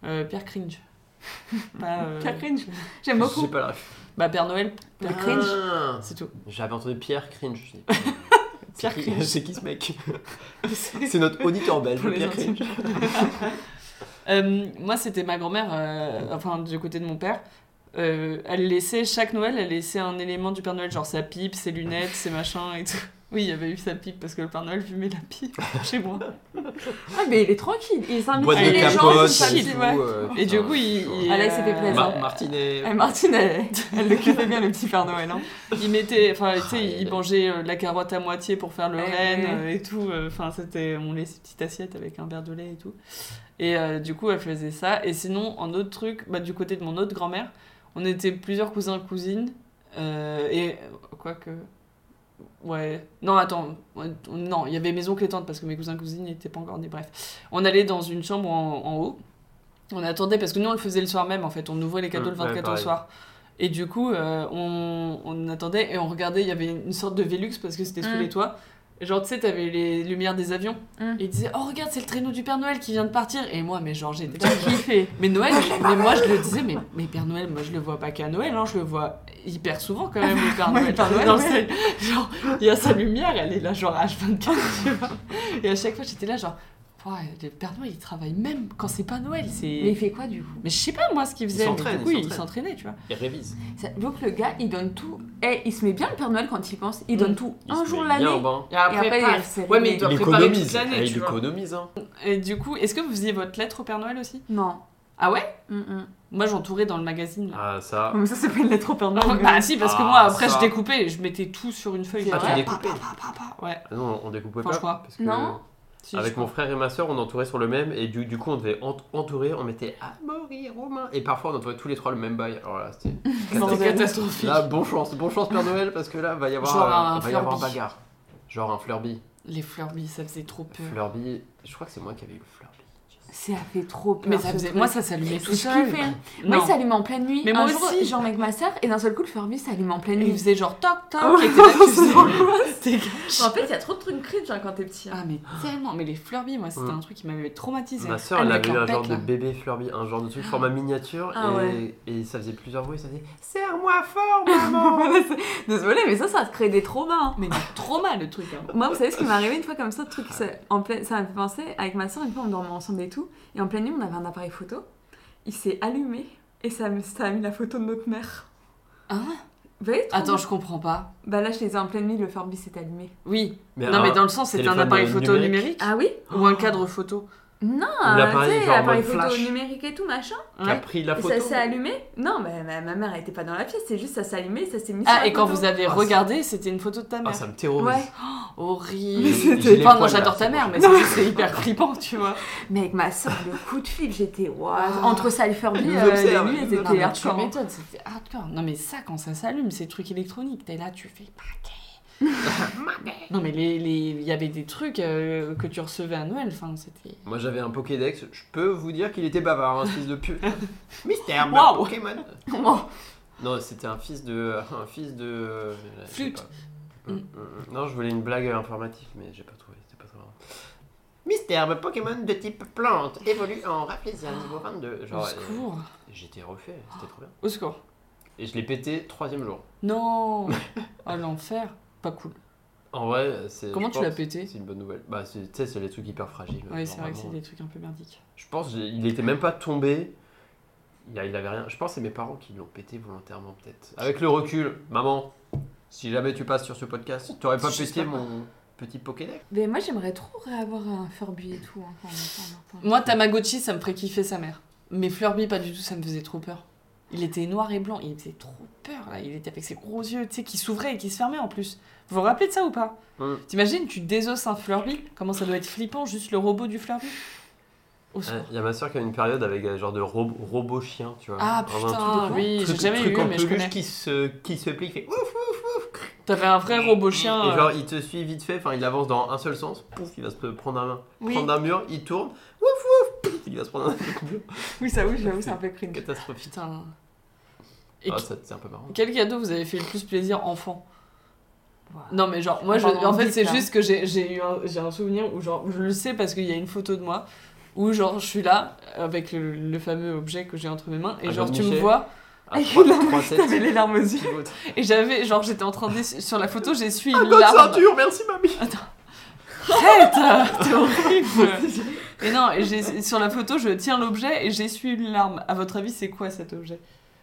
Euh, Pierre Cringe. Pas, euh,
Pierre Cringe. J'aime beaucoup.
J'ai pas la
Bah, Père Noël, Pierre
Ah.
Cringe,
Ah.
c'est tout.
J'avais entendu Pierre Cringe.
Pierre
C'est qui-
Cringe.
C'est qui ce mec C'est notre auditeur belge,
Pour les
Pierre
intimes.
Cringe.
Euh, moi, c'était ma grand-mère, euh, enfin du côté de mon père. Euh, elle laissait chaque Noël, elle laissait un élément du Père Noël, genre sa pipe, ses lunettes, ses machins et tout. Oui, il y avait eu sa pipe parce que le Père Noël fumait la pipe chez moi.
Ah, mais il est tranquille. Il
Ah,
s'invite
Boîte
chez
de
les gens,
capote, euh,
c'est
chill,
facile, ouais.
tout.
Et du coup, il. il,
Alex était
euh,
plaisant.
Ma- Martinet.
Eh, Martine, elle, elle le cuisait bien, le petit Père Noël. hein.
Il mettait, enfin, tu
Ah,
sais, il mangeait euh, la carotte à moitié pour faire le
Eh
Ouais,
renne
ouais.
euh, et tout. euh, Enfin, c'était, on laissait une petite assiette avec un verre de lait et tout. Et euh, du coup, elle faisait ça. Et sinon, en autre truc, bah, du côté de mon autre grand-mère, on était plusieurs cousins cousines. euh, et quoique, ouais, non, attends, on- on- non, il y avait mes oncles et tantes parce que mes cousins cousines n'étaient pas encore nés. Bref, on allait dans une chambre en, en haut. On attendait parce que nous on le faisait le soir même en fait, on ouvrait les cadeaux
Ouais,
le 24 au
pareil.
soir. Et du coup, euh, on, on attendait et on regardait, il y avait une sorte de Velux parce que c'était sous
Mm.
les toits. Et Genre, tu sais, t'avais les lumières des avions.
Mm.
Et ils disaient, oh regarde, c'est le traîneau du Père Noël qui vient de partir. Et moi, mais genre, j'étais.
Kiffé.
Mais Noël, je- mais moi je le disais, mais, mais Père Noël, moi je le vois pas qu'à Noël, hein, je le vois hyper souvent quand même, le Père
Ouais,
Noël.
Père Noël,
Dans le
ouais.
ciel. genre, il y a sa lumière, elle est là, genre H24, tu vois. Et à chaque fois, j'étais là, genre, ouais, le Père Noël, il travaille même quand c'est pas Noël, c'est.
Mais il
Mais,
fait quoi du coup
je sais pas, moi, ce qu'il faisait. mais
s'entraîne,
du coup,
il
il
s'entraîne.
s'entraînait, tu vois.
Il révise.
Ça- Donc le gars, il donne tout. Et il se met bien le Père Noël quand il pense. Il donne
Mm.
tout
Il
un
se
jour
met
l'année.
bien au bain.
Et
Et après,
paf.
il s'est
Ouais, mais il
ruiné.
doit
Il
préparer toute
économise.
l'année,
Eh,
tu
Il
vois.
économise, hein.
Et du coup, est-ce que vous faisiez votre lettre au Père Noël aussi
Non.
Ah ouais
Mm-mm.
Moi, j'entourais dans le magazine, là.
Ah, ça.
Non, mais ça, c'est pas une lettre au Père Noël. mais-
bah si, parce que moi,
Ah,
après,
ça.
je découpais, je mettais tout sur une feuille.
C'est
Ah, tu
Ouais.
découpais.
Pa, pa, pa, pa. Ouais.
Ah Non, on découpait
Enfin,
pas.
je crois.
parce que-
Non.
Si, je
Avec
crois.
mon frère et ma soeur, on entourait sur le même, et du, du coup, on devait ent- entourer, on mettait Amaury, Romain, et parfois on entourait tous les trois le même bail. Alors là, c'était.
C'était catastrophique.
Là, bon chance, bon chance Père Noël, parce que là, va y avoir,
Genre
euh,
un
va y avoir
Furby.
bagarre. Genre un Flurby.
Les Furby, ça faisait trop peur.
Flurby, je crois que c'est moi qui avais eu le Flurby.
Ça fait trop peur.
Mais ça
ce
faisait...
truc.
moi, ça s'allumait
Je
tout seul.
kiffais, hein. Moi,
Non.
il s'allume en pleine nuit.
Mais
Mais
moi
un jour,
aussi.
genre avec ma sœur, et d'un seul coup, le Furby s'allume en pleine
Et il
nuit.
faisait genre toc toc.
Ah ouais,
et t'es là, tu
c'est
faisais- T'es
En fait, il y a trop de trucs cringe hein, quand t'es petit. hein.
Ah, mais tellement. Mais les Furby, moi, c'était
Mm.
un truc qui m'avait traumatisé.
Ma soeur, elle
Avec
avait eu
leur
un genre
bec,
de
là.
bébé Flurby, un genre de truc format miniature,
Ah
et,
ouais.
et ça faisait plusieurs bruits, ça faisait Serre-moi fort, maman
Voilà, c'est- Désolée, mais ça, ça te crée des traumas. hein.
Mais trop mal le truc. hein.
Moi, vous savez ce qui m'est arrivé une fois comme ça, le truc, ça, en plein- ça m'a fait penser, avec ma soeur, une fois, on dormait ensemble et tout, et en pleine nuit, on avait un appareil photo, il s'est allumé, et ça, me- ça a mis la photo de notre mère.
Hein
Vous voyez trop
Attends,
bien.
je comprends pas.
Bah là, Ah je les ai en pleine nuit, le Furby s'est allumé.
Oui.
Mais
non,
un-
mais dans le sens, c'était un
téléphone
appareil photo numérique,
numérique.
Ah oui
ou un cadre photo.
Non,
Ou l'appareil,
tu sais,
genre en
l'appareil
mode
photo
flash.
numérique et tout, machin.
qui a pris la
Et
photo.
ça s'est allumé Non, mais ma, ma mère elle était pas dans la pièce, c'est juste ça s'est allumé, ça s'est mis sur
Ah,
la
et quand
photo.
vous avez
Ah,
regardé, c'était une photo de ta
Ah,
mère.
ça me terrorise.
Ouais.
Mais
Horrible.
c'était- J'ai les
Enfin, non,
poils, là,
j'adore ta
c'est
mère,
bon.
mais c'est juste- c'est hyper flippant, tu vois.
Mais avec ma soeur, le coup de fil, j'étais waouh.
Ah.
Entre ça et Furby,
Nous
euh,
observe.
les nuits, elles
Non, mais
étaient
tu
hardcore. hein.
m'étonnes, c'était hardcore. Non, mais ça, quand ça s'allume, ces trucs électroniques, t'es là, tu fais paquet. non, mais les- les- il y avait des trucs euh, que tu recevais à Noël, enfin, c'était.
Moi j'avais un Pokédex, je peux vous dire qu'il était bavard, un fils de pute. Mystère,
ma Wow.
Pokémon.
Bon,
Non, c'était un fils de. Un fils de. je sais
Flûte.
pas. Mm, mm. Non, je voulais une blague informative, mais j'ai pas trouvé, c'était pas trop marrant. Mystère, ma Pokémon de type plante, évolue en Rafflesia niveau 22.
Au
Genre, euh,
secours.
j'étais refait, c'était trop bien.
Au secours.
Et je l'ai pété troisième jour.
Non Ah, l'enfer. Pas cool.
En vrai, c'est.
Comment
je
tu l'as
pense-
pété
C'est une bonne nouvelle. Bah, c'est- tu sais, c'est les trucs hyper fragiles.
Ouais, c'est vrai
normalement.
que c'est des trucs un peu merdiques.
Je pense, j'ai- il était même pas tombé. Il, a- il avait rien. Je pense que c'est mes parents qui l'ont pété volontairement, peut-être. Avec le recul, maman, si jamais tu passes sur ce podcast, t'aurais pas
Je sais
pété
pas.
mon petit Pokédex
mais moi j'aimerais trop réavoir un Furby et tout. hein, quand on est en enfant.
Moi, Tamagotchi, ça me ferait kiffer sa mère. Mais Flurby, pas du tout, ça me faisait trop peur. Il était noir et blanc, il faisait trop peur. Là. Il était avec ses gros yeux, tu sais, qui s'ouvraient et qui se fermaient en plus. Vous vous rappelez de ça ou pas
Mm.
T'imagines, tu désosses un Flurby Comment ça doit être flippant, juste le robot du Flurby Au
Il
secours.
y a ma soeur qui a une période avec euh, genre de ro- robot chien, tu vois.
Ah,
Vraiment un
putain,
truc-
oui,
truc-
j'ai jamais
truc
eu,
en
mais je
peluche
connais.
qui se, qui se plie, qui fait ouf,
T'avais un vrai robot chien.
Et
euh,
genre, il te suit vite fait, enfin, il avance dans un seul sens, pouf, il va se prendre un,
Oui.
prendre un mur, il tourne, ouf, ouf, pouf, il va se prendre un mur.
Oui, ça oui, j'avoue, c'est un peu cringe.
Catastrophique.
Putain. Et
Ah,
qui-
ça, c'est un peu marrant.
Quel cadeau vous avez fait le plus plaisir enfant
Wow.
Non mais genre moi je,
Pardon,
en fait
dites,
c'est
là.
juste que j'ai j'ai eu un, j'ai un souvenir où genre je le sais parce qu'il y a une photo de moi où genre je suis là avec le, le fameux objet que j'ai entre mes mains et
Un
genre tu me
Jean-Michel.
vois
Ah,
Et
trois-
là,
trois têtes.
T'avais les larmes aux yeux.
Pivot.
et j'avais genre j'étais en train de sur la photo j'ai suis
Un
Ah,
une
gosse
larme
Ah, ceinture, merci mamie.
Ah, Arrête T'es horrible Et non, et j'ai- sur la photo, je tiens l'objet et j'essuie une larme. À votre avis, c'est quoi cet objet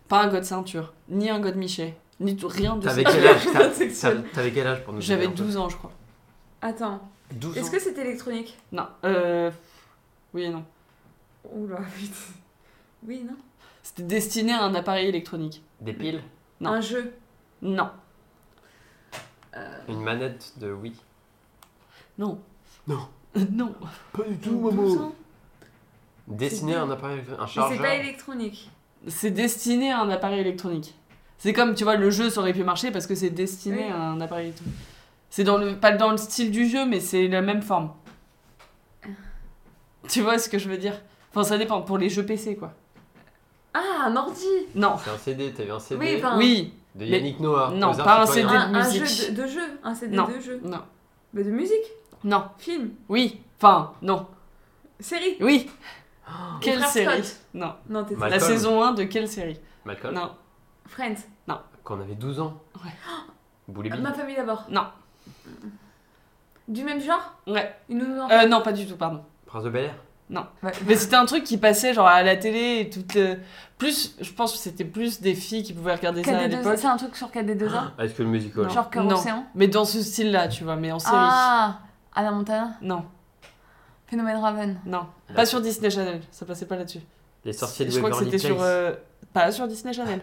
Pas un god ceinture, ni un god michet, ni tout, rien de ça.
T'avais quel âge
Sexuel.
t'as- t'as- T'avais quel âge pour nous
J'avais
aider, en fait
12 ans, je crois.
Attends,
12
est-ce que c'est électronique
Non. Euh... Oui et non.
Oula, putain. Oui, non
C'était destiné à un appareil électronique.
Des piles
Non.
Un jeu.
Non.
Une manette de Wii.
Non.
Non.
non.
Pas du
12 ans.
Destiné à un appareil, un
Mais c'est
chargeur.
pas électronique.
C'est destiné à un appareil électronique. C'est comme, tu vois, le jeu, ça aurait pu marcher parce que c'est destiné
Oui.
à un appareil électronique. C'est dans le, pas dans le style du jeu, mais c'est la même forme.
Ah.
Tu vois ce que je veux dire Enfin, ça dépend. Pour les jeux PC, quoi.
Ah, un ordi
Non.
C'est un CD, t'as vu un CD
Oui, enfin,
Oui.
de Yannick Noah.
non,
aux
pas un
Arctois.
CD.
Ah, un, un
musique.
jeu de, de jeu. Ah, Un CD
Non.
de jeu.
Non.
Bah, de musique
Non.
Film
Oui. Enfin, non.
Série
Oui. Quelle
frères
série
Ah. Scott.
Non.
Non, t'es
Mal-
La
Malcolm.
saison 1 de quelle série
Malcolm,
Non.
Friends.
quand on avait 12 ans.
Ouais. Ah,
Bouli Bill.
Ma famille d'abord. Mm.
Non.
Du même genre
Ouais.
Une nounou en-
Euh, non, pas du tout, pardon.
Prince de Bel Air.
Mais c'était un truc qui passait genre à la télé et toute le- plus je pense que c'était plus des filles qui pouvaient regarder ça à
KD2A.
l'époque.
C'est un truc sur KD2A
Ah, Est-ce que le musical
Non.
Genre Cœur
Non.
Océan
Mais dans ce style-là, tu vois, mais en série.
Ah Anna Montana
Non,
Phénomène Raven
non,
Là,
pas sur Disney Channel, ça passait pas là-dessus.
Les sorciers de
Je crois que
Waverly
c'était
Place.
sur euh, pas sur Disney Channel.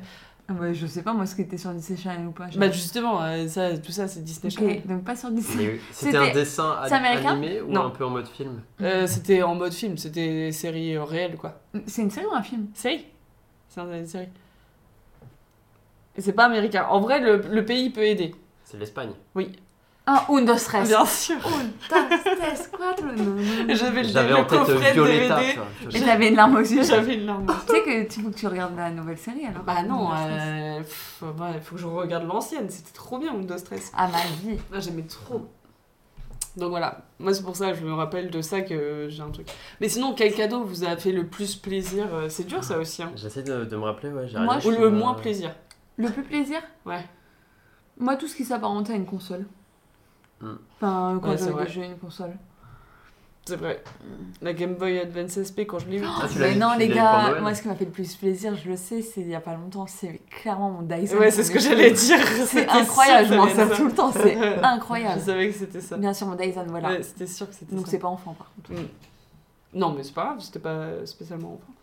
Ah, bah, Je sais pas moi ce qui était sur Disney Channel ou pas.
Bah justement, euh, ça tout ça c'est Disney Channel.
Ok, donc pas sur Disney.
Mais C'était un
C'était-
dessin an-
c'est américain
animé ou
Non.
un peu en mode film
Euh, c'était en mode film, c'était série euh, réelle quoi.
C'est une série ou un film
Série C'est un- une série. Et c'est pas américain. En vrai, le, le pays peut aider.
C'est l'Espagne.
Ah, un dos tres.
Bien sûr.
Un dos tres, cuatro. non, non, non.
J'avais le,
J'avais en
le
tête euh,
coffret
Violetta.
DVD.
tu vois, je-
Et t'avais une larme aux yeux. tu
J'avais une larme.
sais que tu faut que tu regardes la nouvelle série alors.
Bah non,
Un dos tres.
euh, pff, bah, il faut que je regarde l'ancienne, c'était trop bien Windows 13.
Ah ma vie.
Ah, J'aimais trop. Donc voilà, moi c'est pour ça que je me rappelle de ça que euh, j'ai un truc. Mais sinon, quel cadeau vous a fait le plus plaisir euh, C'est dur ça aussi, hein.
J'essaie de, de me rappeler, ouais. j'ai
Moi,
rien
Ou
qui
le
me-
moins plaisir
Le plus plaisir
Ouais.
Moi, tout ce qui s'apparentait à une console.
Hmm.
Enfin, quand
Ouais, c'est
j'avais
vrai.
déjà une console.
C'est vrai.
Hmm.
La Game Boy Advance SP quand je l'ai eu.
Ah, tu l'as
Mais
eu-
non,
tu
les
l'as eu pour
gars,
Noël
moi, ce qui m'a fait le plus plaisir, je le sais, c'est il y a pas longtemps, c'est clairement mon Dyson.
ouais, c'est ce que j'allais dire. C'était
C'est incroyable,
sûr
je m'en
que ça allait être
sers tout le temps,
ça.
c'est
Je
incroyable.
savais que c'était ça.
Bien sûr, mon Dyson, voilà.
Ouais, c'était sûr que c'était
Donc,
ça. Hmm.
c'est pas enfant, par contre.
Non, mais c'est pas grave, c'était pas spécialement enfant.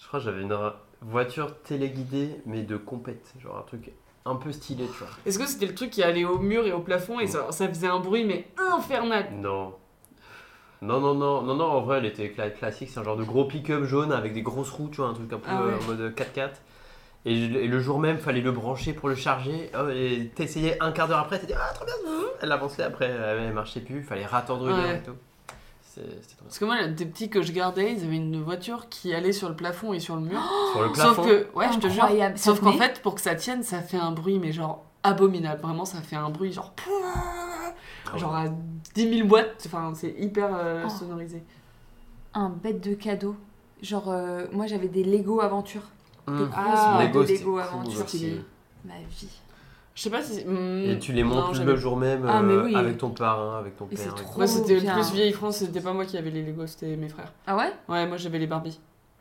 Je crois que j'avais une ra- voiture téléguidée, mais de compète. Genre un truc un peu stylé, tu vois.
Est-ce que c'était le truc qui allait au mur et au plafond et ça, ça faisait un bruit mais infernal
Non. Non, non, non, non, non, en vrai, elle était cla- classique. C'est un genre de gros pick-up jaune avec des grosses roues, tu vois, un truc un peu
Ah
euh,
ouais.
en mode 4x4. Et, je- et le jour même, fallait le brancher pour le charger. Oh, et t'essayais un quart d'heure après, t'étais ah, trop bien. Elle avançait après, elle marchait plus, fallait rattendre une
Ouais.
heure et tout. C'est- C'était trop bien.
Parce que moi, des petits que je gardais, ils avaient une voiture qui allait sur le plafond et sur le mur.
Sur le
Sauf
plafond,
que, ouais, je te jure,
Incroyable, ça
sauf qu'en
tenait
fait, pour que ça tienne, ça fait un bruit mais genre abominable. Vraiment, ça fait un bruit genre.
Ah ouais.
Genre à 10 000 watts, enfin, c'est hyper euh,
Oh.
sonorisé.
Un bête de cadeau. Genre, euh, moi, j'avais des Lego Aventures.
Mmh.
Ah,
des
les
Lego,
grosses boîtes de
c'était
Lego
cool
Aventures.
aussi.
Ma vie.
Je sais pas si. hmm,
Et tu les
non,
montes
j'avais-
le jour même
Ah, mais
euh,
oui.
avec ton parrain, avec ton
Et c'est
père. et
trop-
Moi, c'était
Oh, bien.
plus vieille France, c'était pas moi qui avait les Lego, c'était mes frères.
Ah ouais
Ouais, moi j'avais les Barbie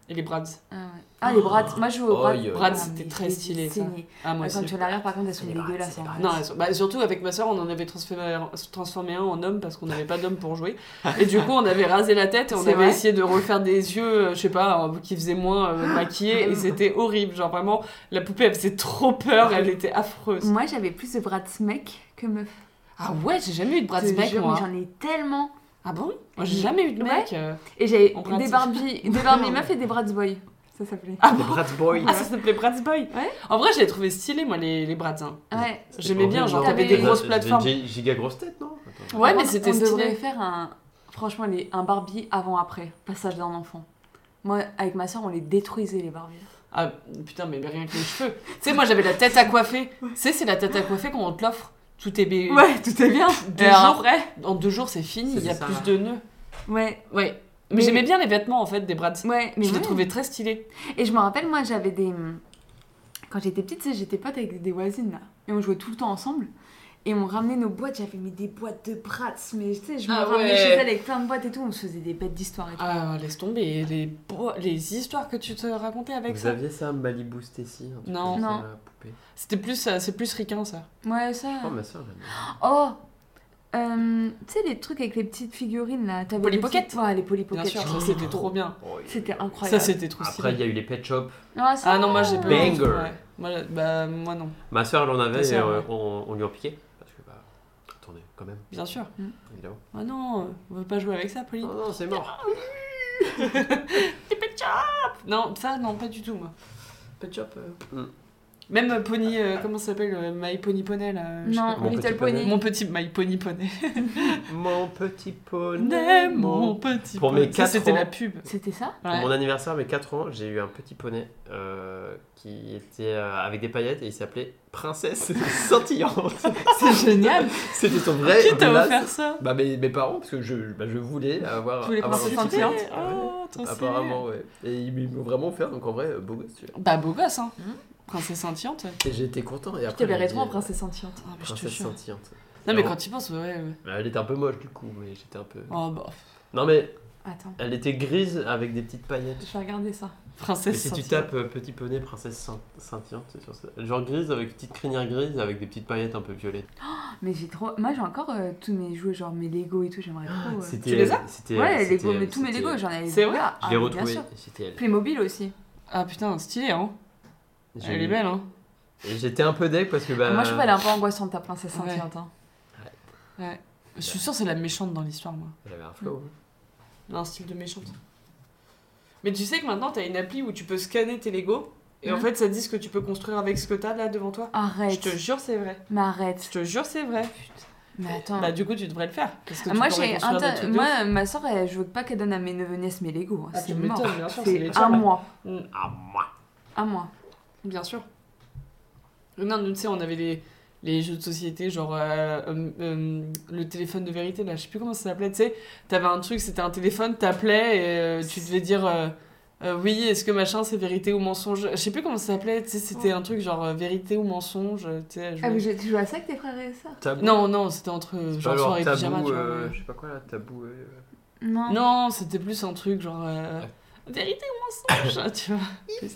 et les Brads.
Ah, ouais. Ah, les Bratz. Moi, je jouais aux
Oh,
Bratz.
yo.
Bratz,
Ah,
c'était
mais
très
je les
stylé, ça.
saignais.
Ah, moi
Ah, Quand
aussi.
tu la regardes, par contre, elles sont
C'est les Bratz,
dégueulasses.
c'est les
hein.
Bratz.
Non, elles sont- bah, surtout avec ma soeur, on en avait transféré, transformé un en homme parce qu'on n'avait pas d'homme pour jouer. Et du coup, on avait rasé la tête et on
C'est
avait
vrai
essayé de refaire des yeux, euh, je sais pas, euh, qui faisaient moins euh, maquillés. Et c'était horrible. Genre vraiment, la poupée, elle faisait trop peur, elle était affreuse.
Moi, j'avais plus de Bratz mec que meuf.
Mm. Ah ouais, j'ai jamais eu de bras
Je
de
te
mec,
jure,
moi.
mais J'en ai tellement.
Ah bon Moi, j'ai jamais eu de mec. euh.
Et j'avais
On prend
des
ça.
Barbie, des Barbie meufs et des Bratz boy. Ça s'appelait.
Ah bon
Les Bratz Boys.
Ah, ça s'appelait Bratz Boy.
Ouais.
En vrai, je les trouvais stylés, moi, les, les Bratz. hein.
Ouais.
C'était
J'aimais bien,
horrible,
genre,
non
hein. t'avais des
C'était-
grosses
c'était
plateformes.
gi- Giga grosse tête, non Attends.
Ouais, mais
On-
c'était
On devrait
stylé.
faire un, franchement, les, un Barbie avant-après, passage d'un enfant. Moi, avec ma soeur, on les détruisait les Barbies.
Ah putain, mais rien que les cheveux. tu sais, moi, j'avais la tête à coiffer. Tu sais, c'est la tête à coiffer quand on te l'offre. Tout est bé...
Ouais, tout est bien.
Deux jours.
Alors après.
En deux jours, Ben, c'est fini,
C'est
il y a
ça.
plus de nœuds.
Ouais,
Ouais. Mais,
Mais-
j'aimais bien les vêtements en fait des Brads.
ouais. Mais
je les
ouais.
trouvais très stylés.
Et je me rappelle, moi, j'avais des. hum, Quand j'étais petite, tu sais, j'étais pote avec des voisines là, et on jouait tout le temps ensemble. Et on ramenait nos boîtes, j'avais mis des boîtes de Bratz, mais tu sais, je me
Ah
ramenais
ouais.
chez elle avec plein de boîtes et tout, on se faisait des bêtes d'histoires et tout.
Ah, laisse tomber les, bo- les histoires que tu te racontais avec
Vous
ça.
aviez ça, Malibu Stacy un truc
Non.
comme ça,
Non.
la poupée.
C'était plus euh, c'est plus ricain ça.
Ouais, ça.
Oh, ma soeur, j'aime bien.
Oh Euh, tu sais, les trucs avec les petites figurines là. t'avais
Polly
les
Pocket.
petites- Ouais, les Polly
Bien
Pocket.
sûr,
Oh,
ça c'était trop bien.
C'était
Ça
incroyable.
c'était trop
Après, il
stylé.
y a eu les Pet Shop.
Ah, ça-
Ah non, moi j'ai pas eu.
Banger.
Ouais. Moi, bah, moi non,
Ma soeur, elle en
Ta
avait et
sœur,
euh,
ouais.
on, on lui en piquait. Parce que, bah, attendez, quand même,
bien sûr.
évidemment.
Ah non, euh, on veut pas jouer avec ça, Polly.
Oh non, c'est mort.
Des pet shop Non, ça, non, pas du tout, moi. Pet shop. euh,
Mm.
Même euh, Pony, euh, comment ça s'appelle euh, My Pony Poney, là. je sais
Non,
Mon petit
Little
pas.
poney.
Pony.
Mon petit My Pony Poney.
Mon petit poney,
Poney, mon petit
Pour
poney.
mes
Ça,
quatre
c'était
ans.
la pub.
C'était ça
Pour
Ouais.
mon anniversaire, mes 4 ans, j'ai eu un petit poney euh, qui était euh, avec des paillettes et il s'appelait Princesse Scintillante.
C'est génial.
C'était son vrai
Qui t'a
blaze.
offert ça
bah, mes, mes parents, parce que je, bah, je voulais avoir,
Tu voulais
avoir
princesses
un petit
scintillantes
poney. Ouais.
Oh, trop stylé.
Apparemment, ouais. Et ils ils m'ont vraiment offert, donc en vrai, euh, beau gosse, tu vois.
Bah, beau gosse, hein.
Hmm
Mhm.
Princesse scintillante.
Et j'étais content. Et
Je
après,
t'avais
j'ai
raison en
dit,
princesse sentiente.
Ah, mais je te
Princesse
jure.
Scintillante.
Non, mais
Alors,
quand tu penses, ouais, ouais.
bah, Elle était un peu moche du coup, mais j'étais un peu.
Oh, bah.
Non, mais
Attends,
elle était grise avec des petites paillettes.
je vais regarder ça.
Mais
Princesse
si tu
scintillante.
tapes euh, petit poney princesse Scin- scintillante, c'est sur ça. Genre grise avec une petite crinière grise avec des petites paillettes un peu violettes.
Mais j'ai trop. Moi j'ai encore euh, tous mes jouets, genre mes Lego et tout, j'aimerais trop. euh.
C'était
Tu les
elle,
as
c'était
Ouais,
elle,
les
c'était
Lego, mais
elle,
tous mes
c'était
Lego,
elle.
j'en avais.
C'est vrai
Ah,
Je l'ai
bien
retrouvée,
sûr.
et c'était elle.
Playmobil aussi.
Ah, putain, stylé, hein.
J'ai-
Elle est belle, hein.
Et j'étais un peu deck parce que bah.
Ah, Moi je trouve elle est un peu angoissante ta princesse
Euh, Ouais.
sentiente. hein.
Je suis sûre, que c'est la méchante dans l'histoire, moi.
J'avais un flow.
Elle a un style de méchante. Mais tu sais que maintenant, t'as une appli où tu peux scanner tes Lego et en
Hmm
Mhm.
fait, ça te dit ce que tu peux construire avec ce que t'as là devant toi. Je
Arrête.
te jure, c'est vrai.
Mais
Je
arrête.
te jure, c'est vrai.
Mais attends.
Bah, du coup, tu devrais le faire. Parce que
Ah,
tu
moi,
pourrais
j'ai
construire des
inter-
trucs de ouf.
moi ma soeur, elle, je veux pas qu'elle donne à mes neveux nièces mes Lego. hein.
Ah, tu
c'est mort.
m'étonnes, bien sûr, c'est les
C'est
tiens,
un
ouais.
mois.
Ah, moi
Un mois.
Bien sûr. Non, nous, tu sais, on avait les, les jeux de société, genre euh, euh, euh, le téléphone de vérité, là, je sais plus comment ça s'appelait, tu sais. T'avais un truc, c'était un téléphone, t'appelais et euh, tu devais dire euh, euh, oui, est-ce que machin c'est vérité ou mensonge Je sais plus comment ça s'appelait, tu sais, c'était un truc genre euh, vérité ou mensonge, tu sais. je
Ah,
voulais-
mais j'ai- tu joues à ça avec tes frères et sœurs
Tabou.
Non, non, c'était entre euh,
C'est
genre
pas genre
soirée
tabou,
pyjama, tu vois.
euh,
ouais.
je sais pas quoi là, tabou. euh,
Non.
Non, c'était plus un truc genre. euh, Vérité ou mensonge, tu vois.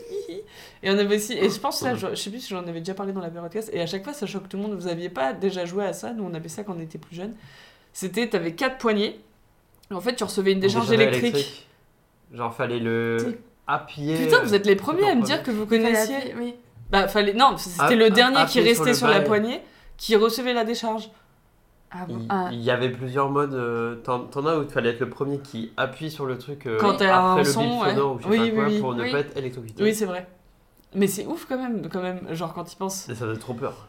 Et on avait aussi, et je pense que là, je, je sais plus si j'en avais déjà parlé dans la podcast, et à chaque fois ça choque tout le monde, vous aviez pas déjà joué à ça, nous on avait ça quand on était plus jeunes. C'était, t'avais quatre poignées, et en fait tu recevais une décharge
Décharge
électrique.
Genre fallait le
T'es-
appuyer.
Putain, vous êtes les premiers à me
premier.
dire que vous
Fallait
connaissiez.
appuyer, oui.
Bah, fallait, non, c'était
Ah,
le
ah,
dernier qui
appuyer sur
restait
le
sur la
bail.
poignée qui recevait la décharge.
Ah bon
Mm.
Il,
ah.
il y avait plusieurs modes. euh, T'en t'en as où il fallait être le premier qui appuie sur le truc euh,
Quand
après
t'as un
le
son,
bip
ouais.
sonore ou je sais
Oui,
pas
oui,
quoi
oui.
pour ne
Oui.
pas être électrocuté.
Oui, c'est vrai. Mais c'est ouf quand même, quand même, genre quand tu penses.
Et ça faisait trop peur.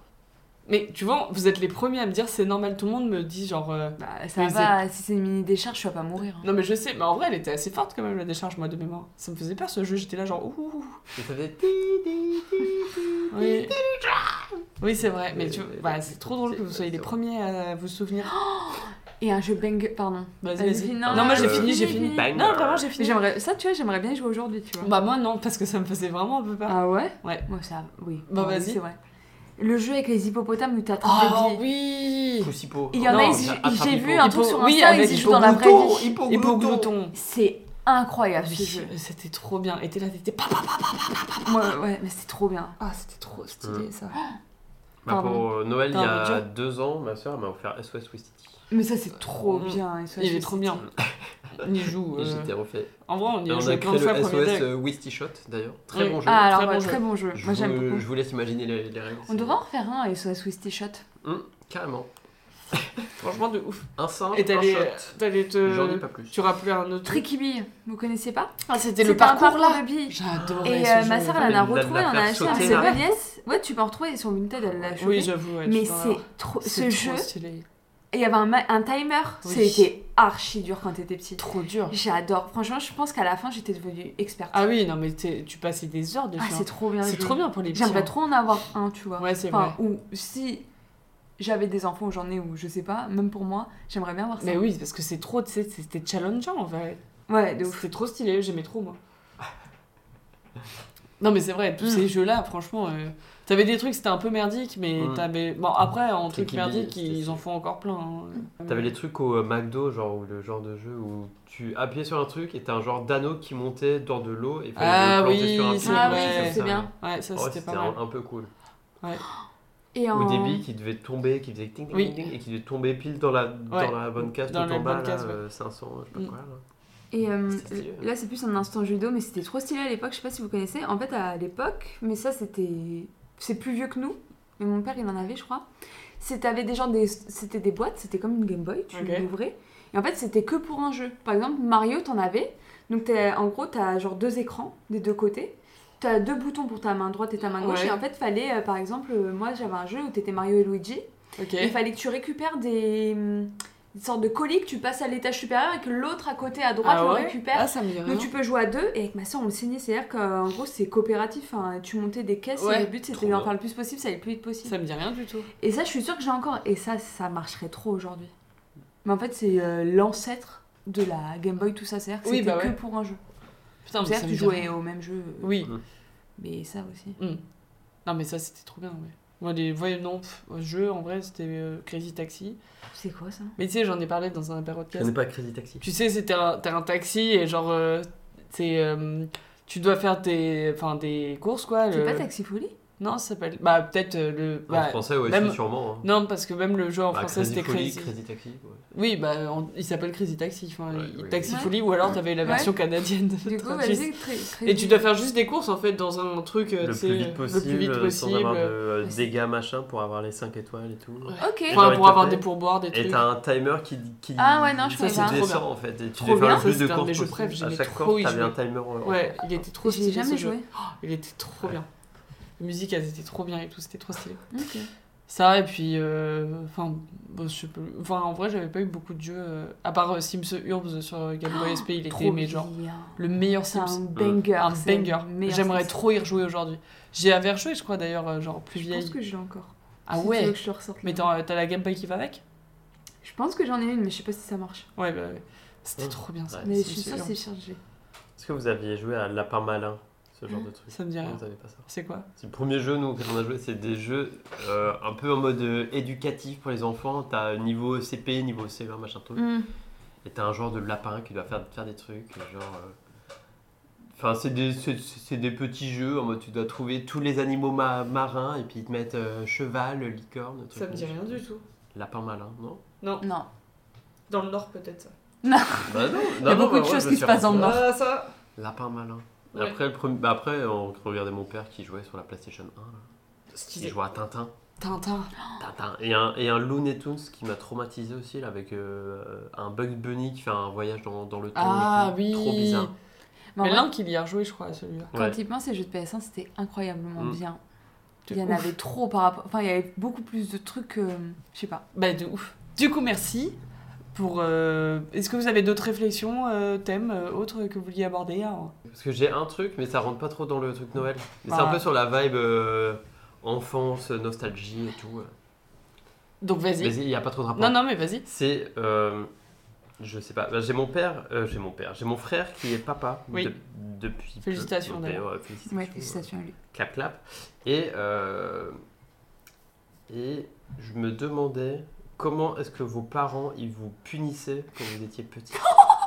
Mais tu vois, vous êtes les premiers à me dire c'est normal, tout le monde me dit genre. euh,
Bah, ça
Mais
va, si c'est une mini décharge, tu vas pas mourir. hein.
Non mais je sais, mais en vrai elle était assez forte quand même la décharge moi de mémoire. Ça me faisait peur ce jeu, j'étais là genre ouh, ouh. ouh.
Et ça faisait. ti, ti, ti, ti.
Oui, oui c'est vrai, mais tu
Euh,
bah, c'est Oh, trop drôle que vous soyez les premiers à vous souvenir.
Et un jeu banger, pardon.
Vas-y,
Vas-y,
vas-y.
non,
Non moi j'ai
euh,
fini, j'ai fini.
banger.
Non vraiment j'ai
Mais
fini.
j'aimerais ça, tu vois, j'aimerais bien y jouer aujourd'hui, tu vois.
Bah moi non, parce que ça me faisait vraiment un peu peur.
Ah ouais
Ouais.
Moi ça, oui.
Bah,
Oui,
vas-y.
C'est vrai. Le jeu avec les hippopotames où t'attrapes
Oh,
des billes.
oui
Poussipo.
Il y en
Non,
a,
j'ai-
ils- ils- j'ai vu un
Hippo-
truc sur
oui,
Insta,
avec
ils y jouent dans la vraie
Hippoglouton,
vie.
Hippoglouton. Ah,
C'est incroyable ce jeu.
Oui, C'était trop bien. Et t'es là, t'étais pas
Moi, ouais, mais c'est trop bien.
Ah c'était trop stylé ça.
Mmh. Bah, pour euh, Noël, il y
T'as un
a
autre
deux ans, ma soeur m'a offert SOS Wistiti.
Mais ça, c'est trop
Mm.
bien. et ça,
Il
c'est-
est trop bien. On y joue.
Et
euh,
j'étais refait.
En vrai on y
Et
a
on a
joué plein
créé
de
le
fois premier
SOS
deck.
euh, Wisti Shot d'ailleurs. Très
Oui.
bon jeu.
Ah, alors,
Très
ouais,
bon jeu.
très bon jeu.
Je
Moi, j'aime
vous-
beaucoup.
je vous laisse imaginer les les règles.
On devrait en refaire un SOS Twisty Shot.
Hum, Carrément.
Franchement de ouf.
Un simple,
Et
un
t'allais euh,
shot.
t'allais
J'en ai
te
pas plus.
tu rappelais un autre truc.
Tricky Bee, vous connaissez pas
Ah, c'était
C'était un parcours de billes.
J'adorais
Et
ce
euh,
jeu.
ma soeur,
Mais
elle en
de
a
la- de la
retrouvé, on en a
faire
acheté un
sauter,
c'est
là.
vrai, yes. Ouais, tu peux en retrouver sur Vinted, elle l'a acheté.
Oui, j'avoue. ouais,
mais
je peux
c'est
l'avoir.
trop. Ce
C'est
jeu,
trop stylé.
et il y avait un, ma- un timer.
Oui.
C'était archi dur quand t'étais petite.
Trop dur.
J'adore. Franchement, je pense qu'à la fin, j'étais devenue experte.
Ah oui, non, mais t'es- tu passais des heures dessus.
Ah,
hein.
c'est trop bien.
C'est
je-
trop bien pour les petits.
J'aimerais
hein.
trop en avoir un, tu vois.
Ouais, c'est
Enfin,
vrai.
ou si j'avais des enfants ou j'en ai ou je sais pas, même pour moi, j'aimerais bien avoir ça.
Mais oui, parce que c'est trop, tu sais, c'était challengeant en vrai.
Ouais, de ouf.
C'était trop stylé, j'aimais trop moi. Non, mais c'est vrai, tous
Mm.
ces jeux-là, franchement, euh, t'avais des trucs, c'était un peu merdique, mais
Mm.
t'avais. Bon, après, en trucs
Tricky Bee,
merdiques,
c'était
ils en
stylé.
font encore plein. hein.
T'avais les trucs au euh, McDo, genre ou le genre de jeu où tu appuyais sur un truc et t'as un genre d'anneau qui montait dans de l'eau et fallait
Ah
le planter
oui,
sur un
c'est
truc.
vrai.
comme
C'est
ça. Oh,
bien.
Ouais, ça,
Ouais,
c'était
c'était
pas mal.
un, un peu cool.
Et en...
Ou des billes qui devaient tomber, qui faisaient ting ting
Oui.
ting, et qui devaient tomber pile dans la,
Ouais.
dans la bonne case
Dans
tout
la
en bas,
bonne case,
là,
ouais.
euh, 500, je sais pas
Mm.
quoi. là.
Et euh,
C'est stylé.
là, c'est plus un instant judo, mais c'était trop stylé à l'époque. Je sais pas si vous connaissez. En fait, à l'époque, mais ça, c'était. C'est plus vieux que nous. Mais mon père, il en avait, je crois. C'était avec des gens. Des... C'était des boîtes, c'était comme une Game Boy, tu
Ok.
l'ouvrais. Et en fait, c'était que pour un jeu. Par exemple, Mario, t'en avais. Donc, t'as- en gros, t'as genre deux écrans des deux côtés. T'as deux boutons pour ta main droite et ta main gauche.
Ouais.
Et en fait, fallait, euh, par exemple, euh, moi, j'avais un jeu où t'étais Mario et Luigi.
Ok.
Il fallait que tu récupères des, hum, des sortes de colis que tu passes à l'étage supérieur et que l'autre à côté à droite
Ah
le
ouais
récupère.
Ah, ça me dit rien.
Donc tu peux jouer à deux et avec ma soeur on le saignait, c'est-à-dire qu'en gros c'est coopératif, hein. tu montais des caisses
Ouais,
et le but
trop
c'était
bien.
d'en faire le plus possible, ça allait le plus vite possible.
Ça me dit rien du tout.
Et ça je suis sûre que j'ai encore, et ça ça marcherait trop aujourd'hui. Mais en fait c'est euh, l'ancêtre de la Game Boy, tout ça, c'est-à-dire que
Oui,
c'était
bah ouais.
que pour un jeu.
Putain, mais ça
C'est-à-dire
me
que tu
dit
jouais
rien.
au même jeu, euh,
Oui.
mais ça aussi.
Non, mais ça, c'était trop bien, ouais. Moi, les voyez, non, pff, jeu, en vrai, c'était euh, Crazy Taxi.
C'est quoi ça
Mais tu sais, j'en ai parlé dans un apéro de
Je connais pas Crazy Taxi.
Tu sais, c'était un, t'as un taxi et genre, euh, t'es, euh, tu dois faire tes, enfin, des courses, quoi.
C'est
le-
pas Taxi Folie
Non, ça s'appelle. Bah, peut-être euh, le.
En
bah,
français, ouais,
même-
si, sûrement. hein.
Non, parce que même le jeu en
Bah,
français, c'était
Folie,
Crazy.
Crazy Taxi. ouais.
Oui, bah, on- il s'appelle Crazy Taxi. Enfin,
Ouais,
il-
oui.
Taxi
Ouais.
Folie, ou alors t'avais la
Ouais.
version canadienne. de
Du coup,
Taxi.
vas-y, très, très
Et tu dois faire juste des courses en fait dans un truc euh,
Le
tu sais,
plus vite possible,
le plus vite
sans
possible.
avoir de euh,
Ouais, c'est-
dégâts machin pour avoir les 5 étoiles et tout.
Ouais.
Ok.
Enfin,
Genre, il
pour
te
avoir
paye.
des pourboires, des
Et
trucs.
t'as un timer qui, qui,
Ah ouais, non, je
qui
connais pas.
descend en fait. Et tu
Trop
devais faire
bien.
le
Ça,
plus de
c'était un de mes
courses
jeux
possible.
préf,
À
j'aimais
chaque
trop
course,
y
t'avais
jouer.
un timer. euh,
Ouais, il était trop
J'ai
stylé. ce
jamais
jeu.
joué.
Oh, il était trop bien. La musique, elle était trop bien et tout, c'était trop stylé.
Ok.
Ça, et puis. euh, Enfin, bon, je sais plus. Enfin, en vrai, j'avais pas eu beaucoup de jeux. euh, à part euh, Sims Urbs sur Game Boy SP, il était,
Oh, Trop
mais genre,
bien.
le meilleur
C'est un
Sims.
banger.
Un
c'est le
banger.
meilleur
J'aimerais
Sims.
trop y rejouer aujourd'hui. J'y avais rejoué, je crois, d'ailleurs, euh, genre plus
Je pense
vieille.
que je l'ai encore.
Ah
Si tu veux
ouais
que je te ressorte.
Mais euh,
le-
t'as t'as la Game Boy qui va avec
Je pense que j'en ai une, mais je sais pas si ça marche.
Ouais, bah, ouais. C'était
Ouais.
trop bien ça.
Ouais.
Mais
Sims
je suis sûre que
Urbs.
c'est chargé.
Est-ce que vous aviez joué à Lapin Malin Ce genre de truc.
Ça me dit
Non,
rien.
vous avez pas ça.
C'est quoi
C'est le premier jeu, nous, qu'on a joué. C'est des jeux euh, un peu en mode euh, éducatif pour les enfants. T'as niveau CP, niveau CE1, machin truc.
Mm.
Et t'as un genre de lapin qui doit faire, faire des trucs, genre. euh, Enfin, c'est des, c'est- c'est des petits jeux en mode tu dois trouver tous les animaux ma- marins et puis ils te mettent euh, cheval, licorne, truc.
tout.
Lapin malin, non
Non.
Dans le nord, peut-être ça.
Bah non,
y a beaucoup de choses qui se passent dans le Nord.
Ah, ça
Lapin malin.
Ouais.
Après, le premier, bah après, on regardait mon père qui jouait sur la PlayStation 1. là. Il jouait à Tintin.
Tintin.
Tintin. Et un, et un Looney Tunes qui m'a traumatisé aussi, là, avec euh, un Bugs Bunny qui fait un voyage dans, dans le temps. et
Ah
tout.
oui.
Trop bizarre.
Mais Bah, en
Mais
vrai,
l'un qui y a rejoué, je crois, à celui-là.
quand
Ouais.
il pense, ces jeux de PS1, c'était incroyablement
Mm.
bien.
De
Il y en
ouf.
avait trop par rapport. Enfin, il y avait beaucoup plus de trucs. euh, Je sais pas.
Bah, de ouf. Du coup, merci. Pour, euh, Est-ce que vous avez d'autres réflexions, euh, thèmes, euh, autres que vous vouliez aborder hein
Parce que j'ai un truc, mais ça rentre pas trop dans le truc Noël. Mais c'est
Ah.
un peu sur la vibe euh, enfance, nostalgie et tout.
Donc,
Mais
vas-y.
il n'y a pas trop de rapport.
non, non, mais vas-y.
C'est. euh, je sais pas. Bah, j'ai mon père. euh, j'ai mon père. J'ai mon frère qui est papa
Oui.
de- depuis. peu.
Félicitations,
Donc,
d'ailleurs.
euh, félicitations.
Ouais, félicitations à lui.
clap clap. Et, euh, et je me demandais comment est-ce que vos parents ils vous punissaient quand vous étiez petit.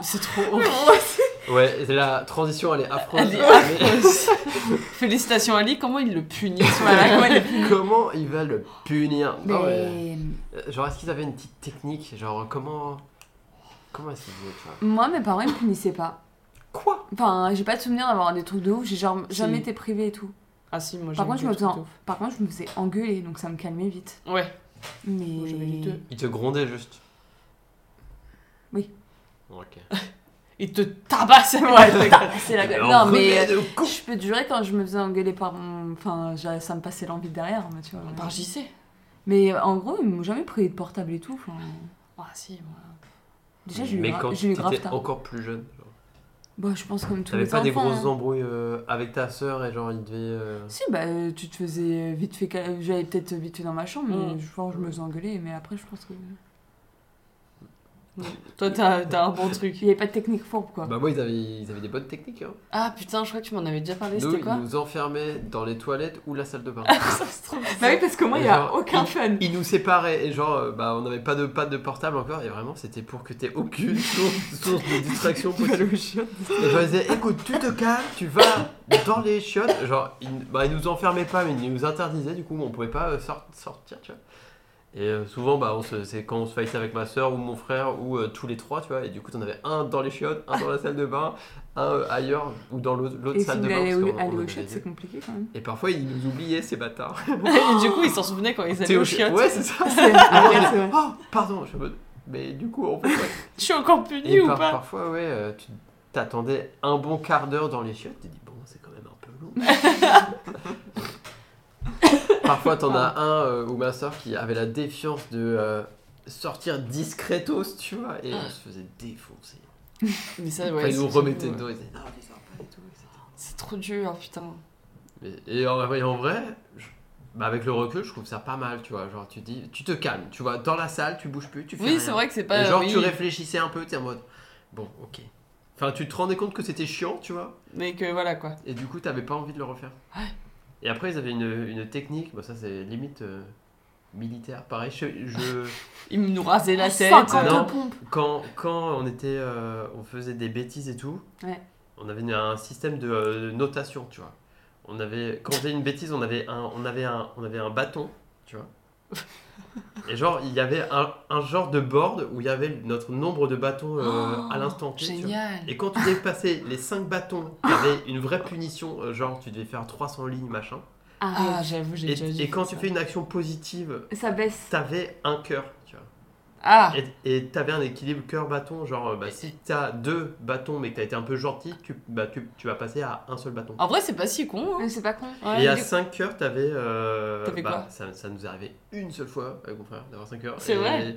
C'est trop ouf.
Ouais, la transition elle est affreuse.
Elle est
mais-
Félicitations Ali, comment il le punit
Voilà, comment il le
Comment il va le punir Non, mais,
Mais
euh, Genre, est-ce qu'ils avaient une petite technique Genre, comment. Comment est-ce qu'ils faisaient ça
moi, mes parents, ils me punissaient pas.
Quoi
Enfin, j'ai pas de souvenir d'avoir des trucs de ouf. J'ai genre
Si.
jamais été privée et tout.
Ah si, moi j'ai
Par contre,
eu
je me
des trucs
faisais-
de ouf.
Par contre, je me faisais engueuler, donc ça me calmait vite.
Ouais, moi j'avais les
Mais.
deux.
Ils te grondaient juste
Oui.
Ok.
Il te tabasse ouais,
Ah, C'est la gueule.
Alors,
Non, mais. euh,
remets le coup.
Je peux te jurer quand je me faisais engueuler par mon... Enfin, j'a- ça me passait l'envie derrière, mais tu vois.
Par JC.
Mais euh, en gros, ils m'ont jamais pris de portable et tout. enfin.
Ah si, moi.
Déjà, j'ai eu,
Mais
gra-
quand
j'ai eu grave
t'étais
tard.
encore plus jeune, genre,
Bah, je pense comme tous
t'avais
les
pas
enfants.
des grosses
hein.
embrouilles euh, avec ta sœur et genre, ils devaient. euh,
Si, bah, euh, tu te faisais vite fait... cal- J'allais peut-être vite fait dans ma chambre, mais
Mm.
je pense que je me faisais engueuler. Mais après, je pense que...
Toi, t'as t'as un bon truc.
Il n'y avait pas de technique fourbe, quoi.
Bah moi ils avaient, ils avaient des bonnes techniques. Hein.
Ah putain, je crois que tu m'en avais déjà parlé,
Nous
c'était
ils
quoi
nous enfermaient dans les toilettes ou la salle de bain.
Ça, c'est trop bizarre.
Bah oui, parce que moi, il n'y a
Genre,
aucun fun.
ils nous séparaient et genre euh, bah on n'avait pas de pas de portable encore et vraiment c'était pour que t'aies aucune source, source de distraction possible. Et genre ils disaient écoute tu te calmes, tu vas dans les chiottes. Genre ils, bah, ils nous enfermaient pas mais ils nous interdisaient du coup on pouvait pas euh, sor- sortir tu vois. Et euh, souvent bah on se- c'est quand on se fightait avec ma soeur ou mon frère ou euh, tous les trois tu vois et du coup t'en avais un dans les chiottes, un dans la salle de bain, un euh, ailleurs ou dans l'autre l'autre
Et si
salle de
vous voulez
bain.
aller
parce qu'on- on
au- aller
en
au
avait
shot,
dit.
c'est compliqué quand même.
Et parfois ils nous oubliaient ces bâtards.
Et du coup, ils s'en souvenaient quand ils
T'es
allaient
au
au
chiottes.
chiottes.
Ouais, c'est ça.
C'est
Ah,
vrai, c'est vrai.
Oh, pardon, je suis en mode, Mais du coup, on peut pas.
Je suis encore
Et
puni ou
par-
pas
parfois, ouais, euh, tu t'attendais un bon quart d'heure dans les chiottes, tu dis, bon, c'est quand même un peu long. parfois, t'en
Ah.
as un euh, ou ma soeur qui avait la défiance de euh, sortir discretos, tu vois, et on se faisait défoncer.
Mais ça,
Enfin,
ouais.
ils nous
c'est-
remettaient
ouais.
dedans, ils disaient, non, les sors pas et tout, etc.
C'est trop dur, hein, putain.
Mais- Et en, et en vrai, je- bah, avec le recul, je trouve ça pas mal, tu vois. Genre, tu dis, tu te calmes, tu vois, dans la salle, tu bouges plus, tu fais
Oui, c'est
rien.
vrai que c'est
Et
pas.
genre,
Bah, oui.
tu réfléchissais un peu, t'es en mode bon, ok. Enfin, tu te rendais compte que c'était chiant, tu vois,
Mais que voilà quoi.
et du coup, t'avais pas envie de le refaire.
Ouais.
Et après, ils avaient une, une technique, bon, ça c'est limite euh, militaire. Pareil, je. je-
Ils nous rasaient
Ah,
la tête.
50
euh,
non.
pompes.
quand, quand on, était, euh, on faisait des bêtises et tout,
Ouais.
on avait une- un système de, euh, de notation, tu vois. On avait, quand on faisait une bêtise, on avait un, on avait un, on avait un bâton, tu vois. Et genre, il y avait un, un genre de board où il y avait notre nombre de bâtons euh,
Oh,
à l'instant T. tu vois.
Génial.
Et quand tu dépassais les 5 bâtons, t'avais une vraie punition, euh, genre tu devais faire 300 lignes, machin.
Ah,
Arrête.
j'avoue, j'ai
Et,
déjà dû
et quand
faire
tu
ça.
fais une action positive,
Ça baisse.
t'avais un cœur, tu vois.
Ah
Et- Et t'avais un équilibre cœur-bâton, genre euh, bah, si t'as deux bâtons mais que t'as été un peu gentil, tu, bah, tu, tu vas passer à un seul bâton.
En vrai, c'est pas si con. hein.
Mais c'est pas con.
Ah Ouais,
et à
du-
5 cœurs, t'avais. euh,
T'avais
bah,
quoi
ça, ça nous est arrivé une seule fois avec mon frère d'avoir 5 cœurs.
C'est
Et
vrai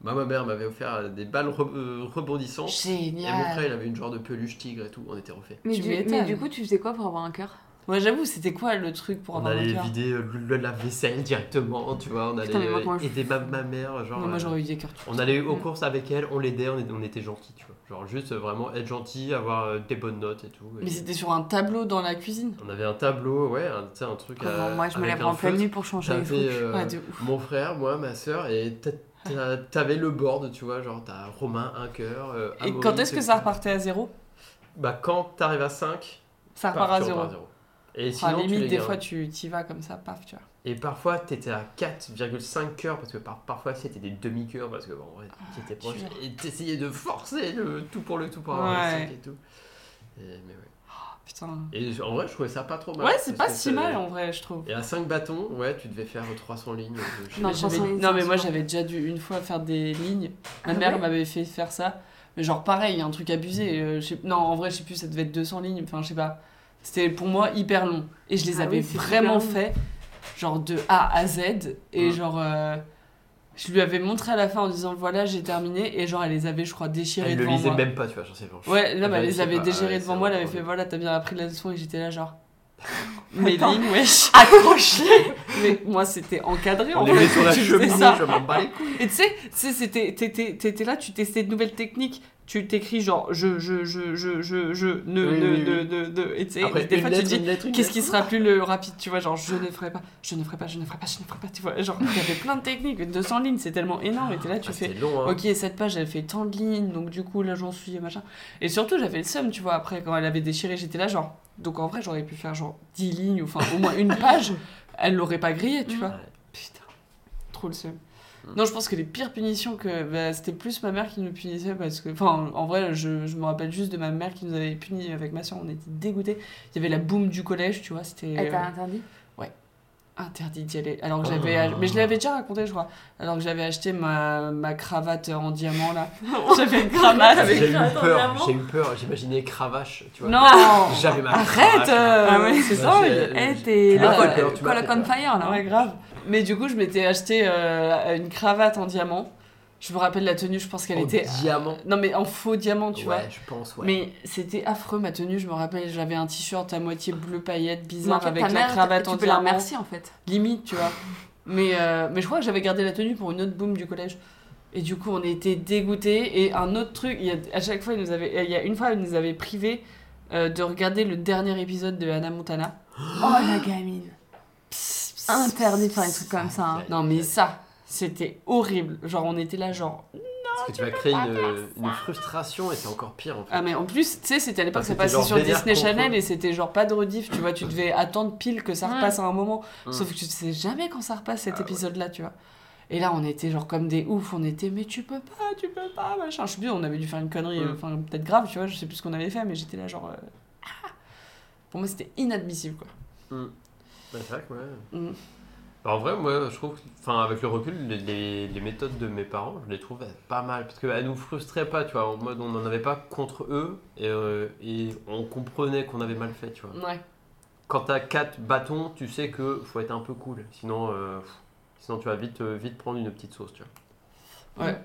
bah, ma mère m'avait offert des balles re- euh, rebondissantes. Et mon frère,
Génial.
il avait une genre de peluche tigre et tout, on était refait.
Mais
Tu
du,
m'étonnes.
mais du coup, tu faisais quoi pour avoir un cœur
Ouais, j'avoue, c'était quoi le truc pour
on
avoir un
allait
cœur
vider euh, le, la vaisselle directement, tu vois. On allait euh,
Putain, mais moi, comment je-
aider ma, ma mère, genre.
Non, Moi,
euh,
j'aurais eu des cœurs. tout-
on allait aux
Mm.
courses avec elle, on l'aidait, on, est- on était gentils, tu vois. Genre juste euh, vraiment être gentil, avoir euh, des bonnes notes et tout. Et
Mais c'était sur un tableau dans la cuisine.
on avait un tableau, ouais, un, tu sais, un
Oh,
truc.
Comment
à-
Moi, je me
avec
lève
un
en pleine
feutre.
nuit pour changer les
T'avais
trucs.
euh,
Ouais, de ouf.
mon frère, moi, ma soeur, et t'a- t'a- t'avais le board, tu vois. Genre t'as Romain, un cœur. euh,
Et
Amaury,
quand est-ce que ça
etc.
repartait à zéro
Bah quand t'arrives à 5,
Ça repart à zéro.
Et
Ah,
sinon, tu les
limite, des
gardes.
fois, tu t'y vas comme ça, paf, tu vois.
Et parfois, t'étais à 4,5 cœurs, parce que par- parfois, c'était des demi-cœurs, parce que bon, en vrai,
Ah,
t'étais proche.
dur.
Et t'essayais de forcer le tout pour le tout pour avoir
Ouais.
les 5 et tout. Et, mais ouais.
Ah, Putain.
Et en vrai, je trouvais ça pas trop mal.
Ouais, c'est
parce
pas
que
si
ça-
mal en vrai, je trouve.
Et à 5 bâtons, ouais, tu devais faire 300 lignes. euh, je sais
Non,
pas.
Mais j'avais-
300 lignes,
Non, mais
c'est
moi
sûr.
j'avais déjà dû une fois faire des lignes. Ma
Ah
mère
ouais
m'avait fait faire ça. Mais genre pareil, un truc abusé. euh, je sais- Non, en vrai, je sais plus, ça devait être 200 lignes. Enfin, je sais pas. C'était pour moi hyper long. Et je les
Ah
avais
oui, c'est
vraiment
super
fait, genre de A à Z. Et
Mm.
genre, euh, je lui avais montré à la fin en disant voilà, j'ai terminé. Et genre, elle les avait, je crois, déchirées
Elle le
devant
lisait
moi.
même pas, tu vois, j'en sais pas.
Ouais, non, mais elle
Elle
les
lisait
avait
pas.
déchirées
Ouais,
devant
c'est
moi. Elle avait
horrible.
fait voilà, t'as bien appris la leçon. Et j'étais là, genre. Mes lignes, wesh.
Accroche-les
Mais moi, c'était encadré.
On
en
les met
fait,
sur la
tu faisais
cheminée,
ça.
je m'en bats les couilles.
Et tu sais, tu sais, c'était- t'étais t'étais là, tu testais de nouvelles techniques. Tu t'écris genre je, je, je, je, je, je, ne,
Oui,
ne,
oui,
ne,
oui.
ne, ne. Et tu sais,
Après,
des
une
fois tu
lettre,
te dis,
une lettre, une
qu'est-ce
lettre.
qui sera plus le rapide Tu vois, genre je ne ferai pas, je ne ferai pas, je ne ferai pas, je ne ferai pas. Tu vois, genre il y avait plein de techniques, 200 lignes, c'est tellement énorme. Et t'es là, tu
Ah,
fais,
C'était long, hein.
ok, cette page elle fait tant de lignes, donc du coup là j'en suis et machin. Et surtout j'avais le seum, tu vois, après quand elle avait déchiré, j'étais là genre, donc en vrai j'aurais pu faire genre 10 lignes, ou enfin au moins une page, elle l'aurait pas grillé, tu
Mhm.
vois.
Ouais.
Putain, trop le seum.
Mm.
Non, je pense que les pires punitions que bah, c'était plus ma mère qui nous punissait parce que, enfin, en vrai, je, je me rappelle juste de ma mère qui nous avait punis avec ma soeur, on était dégoûtés. Il y avait la boum du collège, tu vois, c'était
Elle t'a
euh,
interdit
interdit d'y aller. Alors que
Ah.
j'avais, ach- mais je l'avais déjà raconté, je crois. Alors que j'avais acheté ma, ma cravate en diamant là.
Ah
j'avais une cravate avec.
J'ai eu peur, j'ai eu peur, j'imaginais cravache, tu vois.
Non,
J'avais ma cravache,
arrête, euh,
Ah ouais.
c'est
Bah,
ça.
j'ai-
il-
Euh,
Eh,
je-
t'es
tu
le
m'as fait
col-
peur, tu m'as
coloc
fait
on
peur.
fire là.
Ouais, grave. Mais du coup, je m'étais acheté euh, une cravate en diamant. Je me rappelle la tenue, je pense qu'elle
en
était.
diamant.
Non, mais en faux diamant, tu
Oh, ouais,
vois.
je pense, ouais.
Mais c'était affreux ma tenue, je me rappelle, j'avais un t-shirt à moitié bleu paillette
Mais
bizarre
en fait,
avec
ta
la
mère,
cravate
tu
en
peux la
diamant,
remercier en fait.
limite, tu vois. Mais, euh, mais je crois que j'avais gardé la tenue pour une autre boum du collège. Et du coup, on était dégoûtés. Et un autre truc, il y a, à chaque fois, il nous avait, il y a une fois, il nous avait privé euh, de regarder le dernier épisode de Hannah Montana.
Oh la gamine. Interdit de faire des trucs comme ça. hein.
Non, mais ça, c'était horrible. Genre, on était là, genre.
Parce que tu vas créer une, une frustration et c'est encore pire en fait.
Ah, mais en plus, tu sais, c'était à l'époque, ça
Ah, c'était
passait
genre
sur
vénère
Disney
contre-
Channel et c'était genre pas de rediff, tu vois. Tu devais attendre pile que ça
Mm.
repasse à un moment.
Mm.
Sauf que tu sais jamais quand ça repasse
Ah
cet épisode-là, tu vois. Et là, on était genre comme des oufs, on était, mais tu peux pas, tu peux pas, machin. Je sais plus, on avait dû faire une connerie,
Mm.
euh, enfin, peut-être grave, tu vois, je sais plus ce qu'on avait fait, mais j'étais là, genre. euh, ah. Pour moi, c'était inadmissible, quoi.
Bah, c'est vrai que ouais.
Mm.
Bah, en vrai, moi, je trouve, que- enfin, avec le recul, les, les- les méthodes de mes parents, je les trouvais pas mal. Parce qu'elles nous frustraient pas, tu vois. En mode, on n'en avait pas contre eux et, euh, et on comprenait qu'on avait mal fait, tu vois.
Ouais.
Quand t'as 4 bâtons, tu sais que faut être un peu cool. Sinon, euh, pff, sinon tu vas vite, euh, vite prendre une petite sauce, tu vois.
Ouais.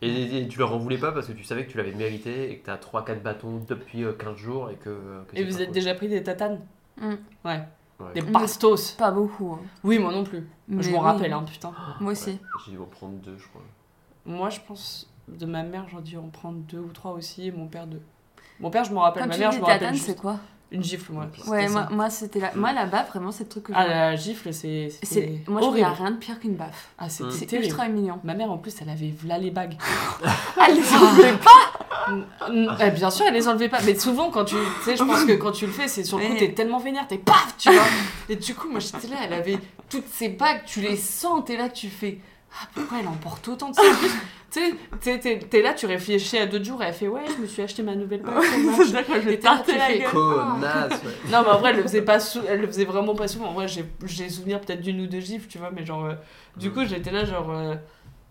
Et, et tu leur en voulais pas parce que tu savais que tu l'avais mérité et que t'as 3-4 bâtons depuis euh, 15 jours et que. euh, que
Et
c'est
vous
pas
êtes
cool.
déjà pris des tatanes
Mm.
Ouais.
Ouais.
Des
Mais-
pastos
Pas beaucoup. hein.
Oui, moi non plus.
Mais
je m'en
oui.
rappelle, hein, putain.
Moi aussi.
Ouais, J'ai dû en prendre deux, je crois.
Moi, je pense, de ma mère, j'en dû en prendre deux ou trois aussi, et mon père deux. Mon père, je m'en rappelle,
Quand
ma
tu
mère, je
dis
m'en rappelle
tatane,
juste
c'est quoi
une gifle, moi.
Ouais,
Ouais,
C'était
moi,
ça.
moi c'était là. Moi là-bas, vraiment, c'est le truc que je.
Ah, la gifle, c'est. c'était
C'est- Moi, je trouve qu'il
horrible.
n'y a rien de pire qu'une baffe.
Ah, c'était
Mm.
C'est
terrible.
ultra humiliant.
Ma mère, en plus, elle avait v'là les bagues.
Elle les enlevait pas
Mm, mm, eh, bien sûr, elle les enlevait pas. Mais souvent, quand tu. Tu sais, je pense que quand tu le fais, c'est sur le coup,
Oui.
t'es tellement vénère, t'es paf, tu vois. Et du coup, moi, j'étais là, elle avait toutes ces bagues, tu les sens, t'es là, tu fais. Ah, pourquoi elle en porte autant de ça en plus Tu sais, t'es- t'es- t'es là, tu réfléchis à d'autres jours, et elle fait Ouais, je me suis acheté ma nouvelle bague. pour moi.
D'accord, je
vais
vais
tarter
tarter
la
la
gueule.
Connasse, ouais.
Non, mais en vrai, elle le faisait, pas sou- elle le faisait vraiment pas souvent. En vrai, j'ai j'ai souvenir peut-être d'une ou deux gifles, tu vois, mais genre. euh, Du
Mm.
coup, j'étais là, genre. euh,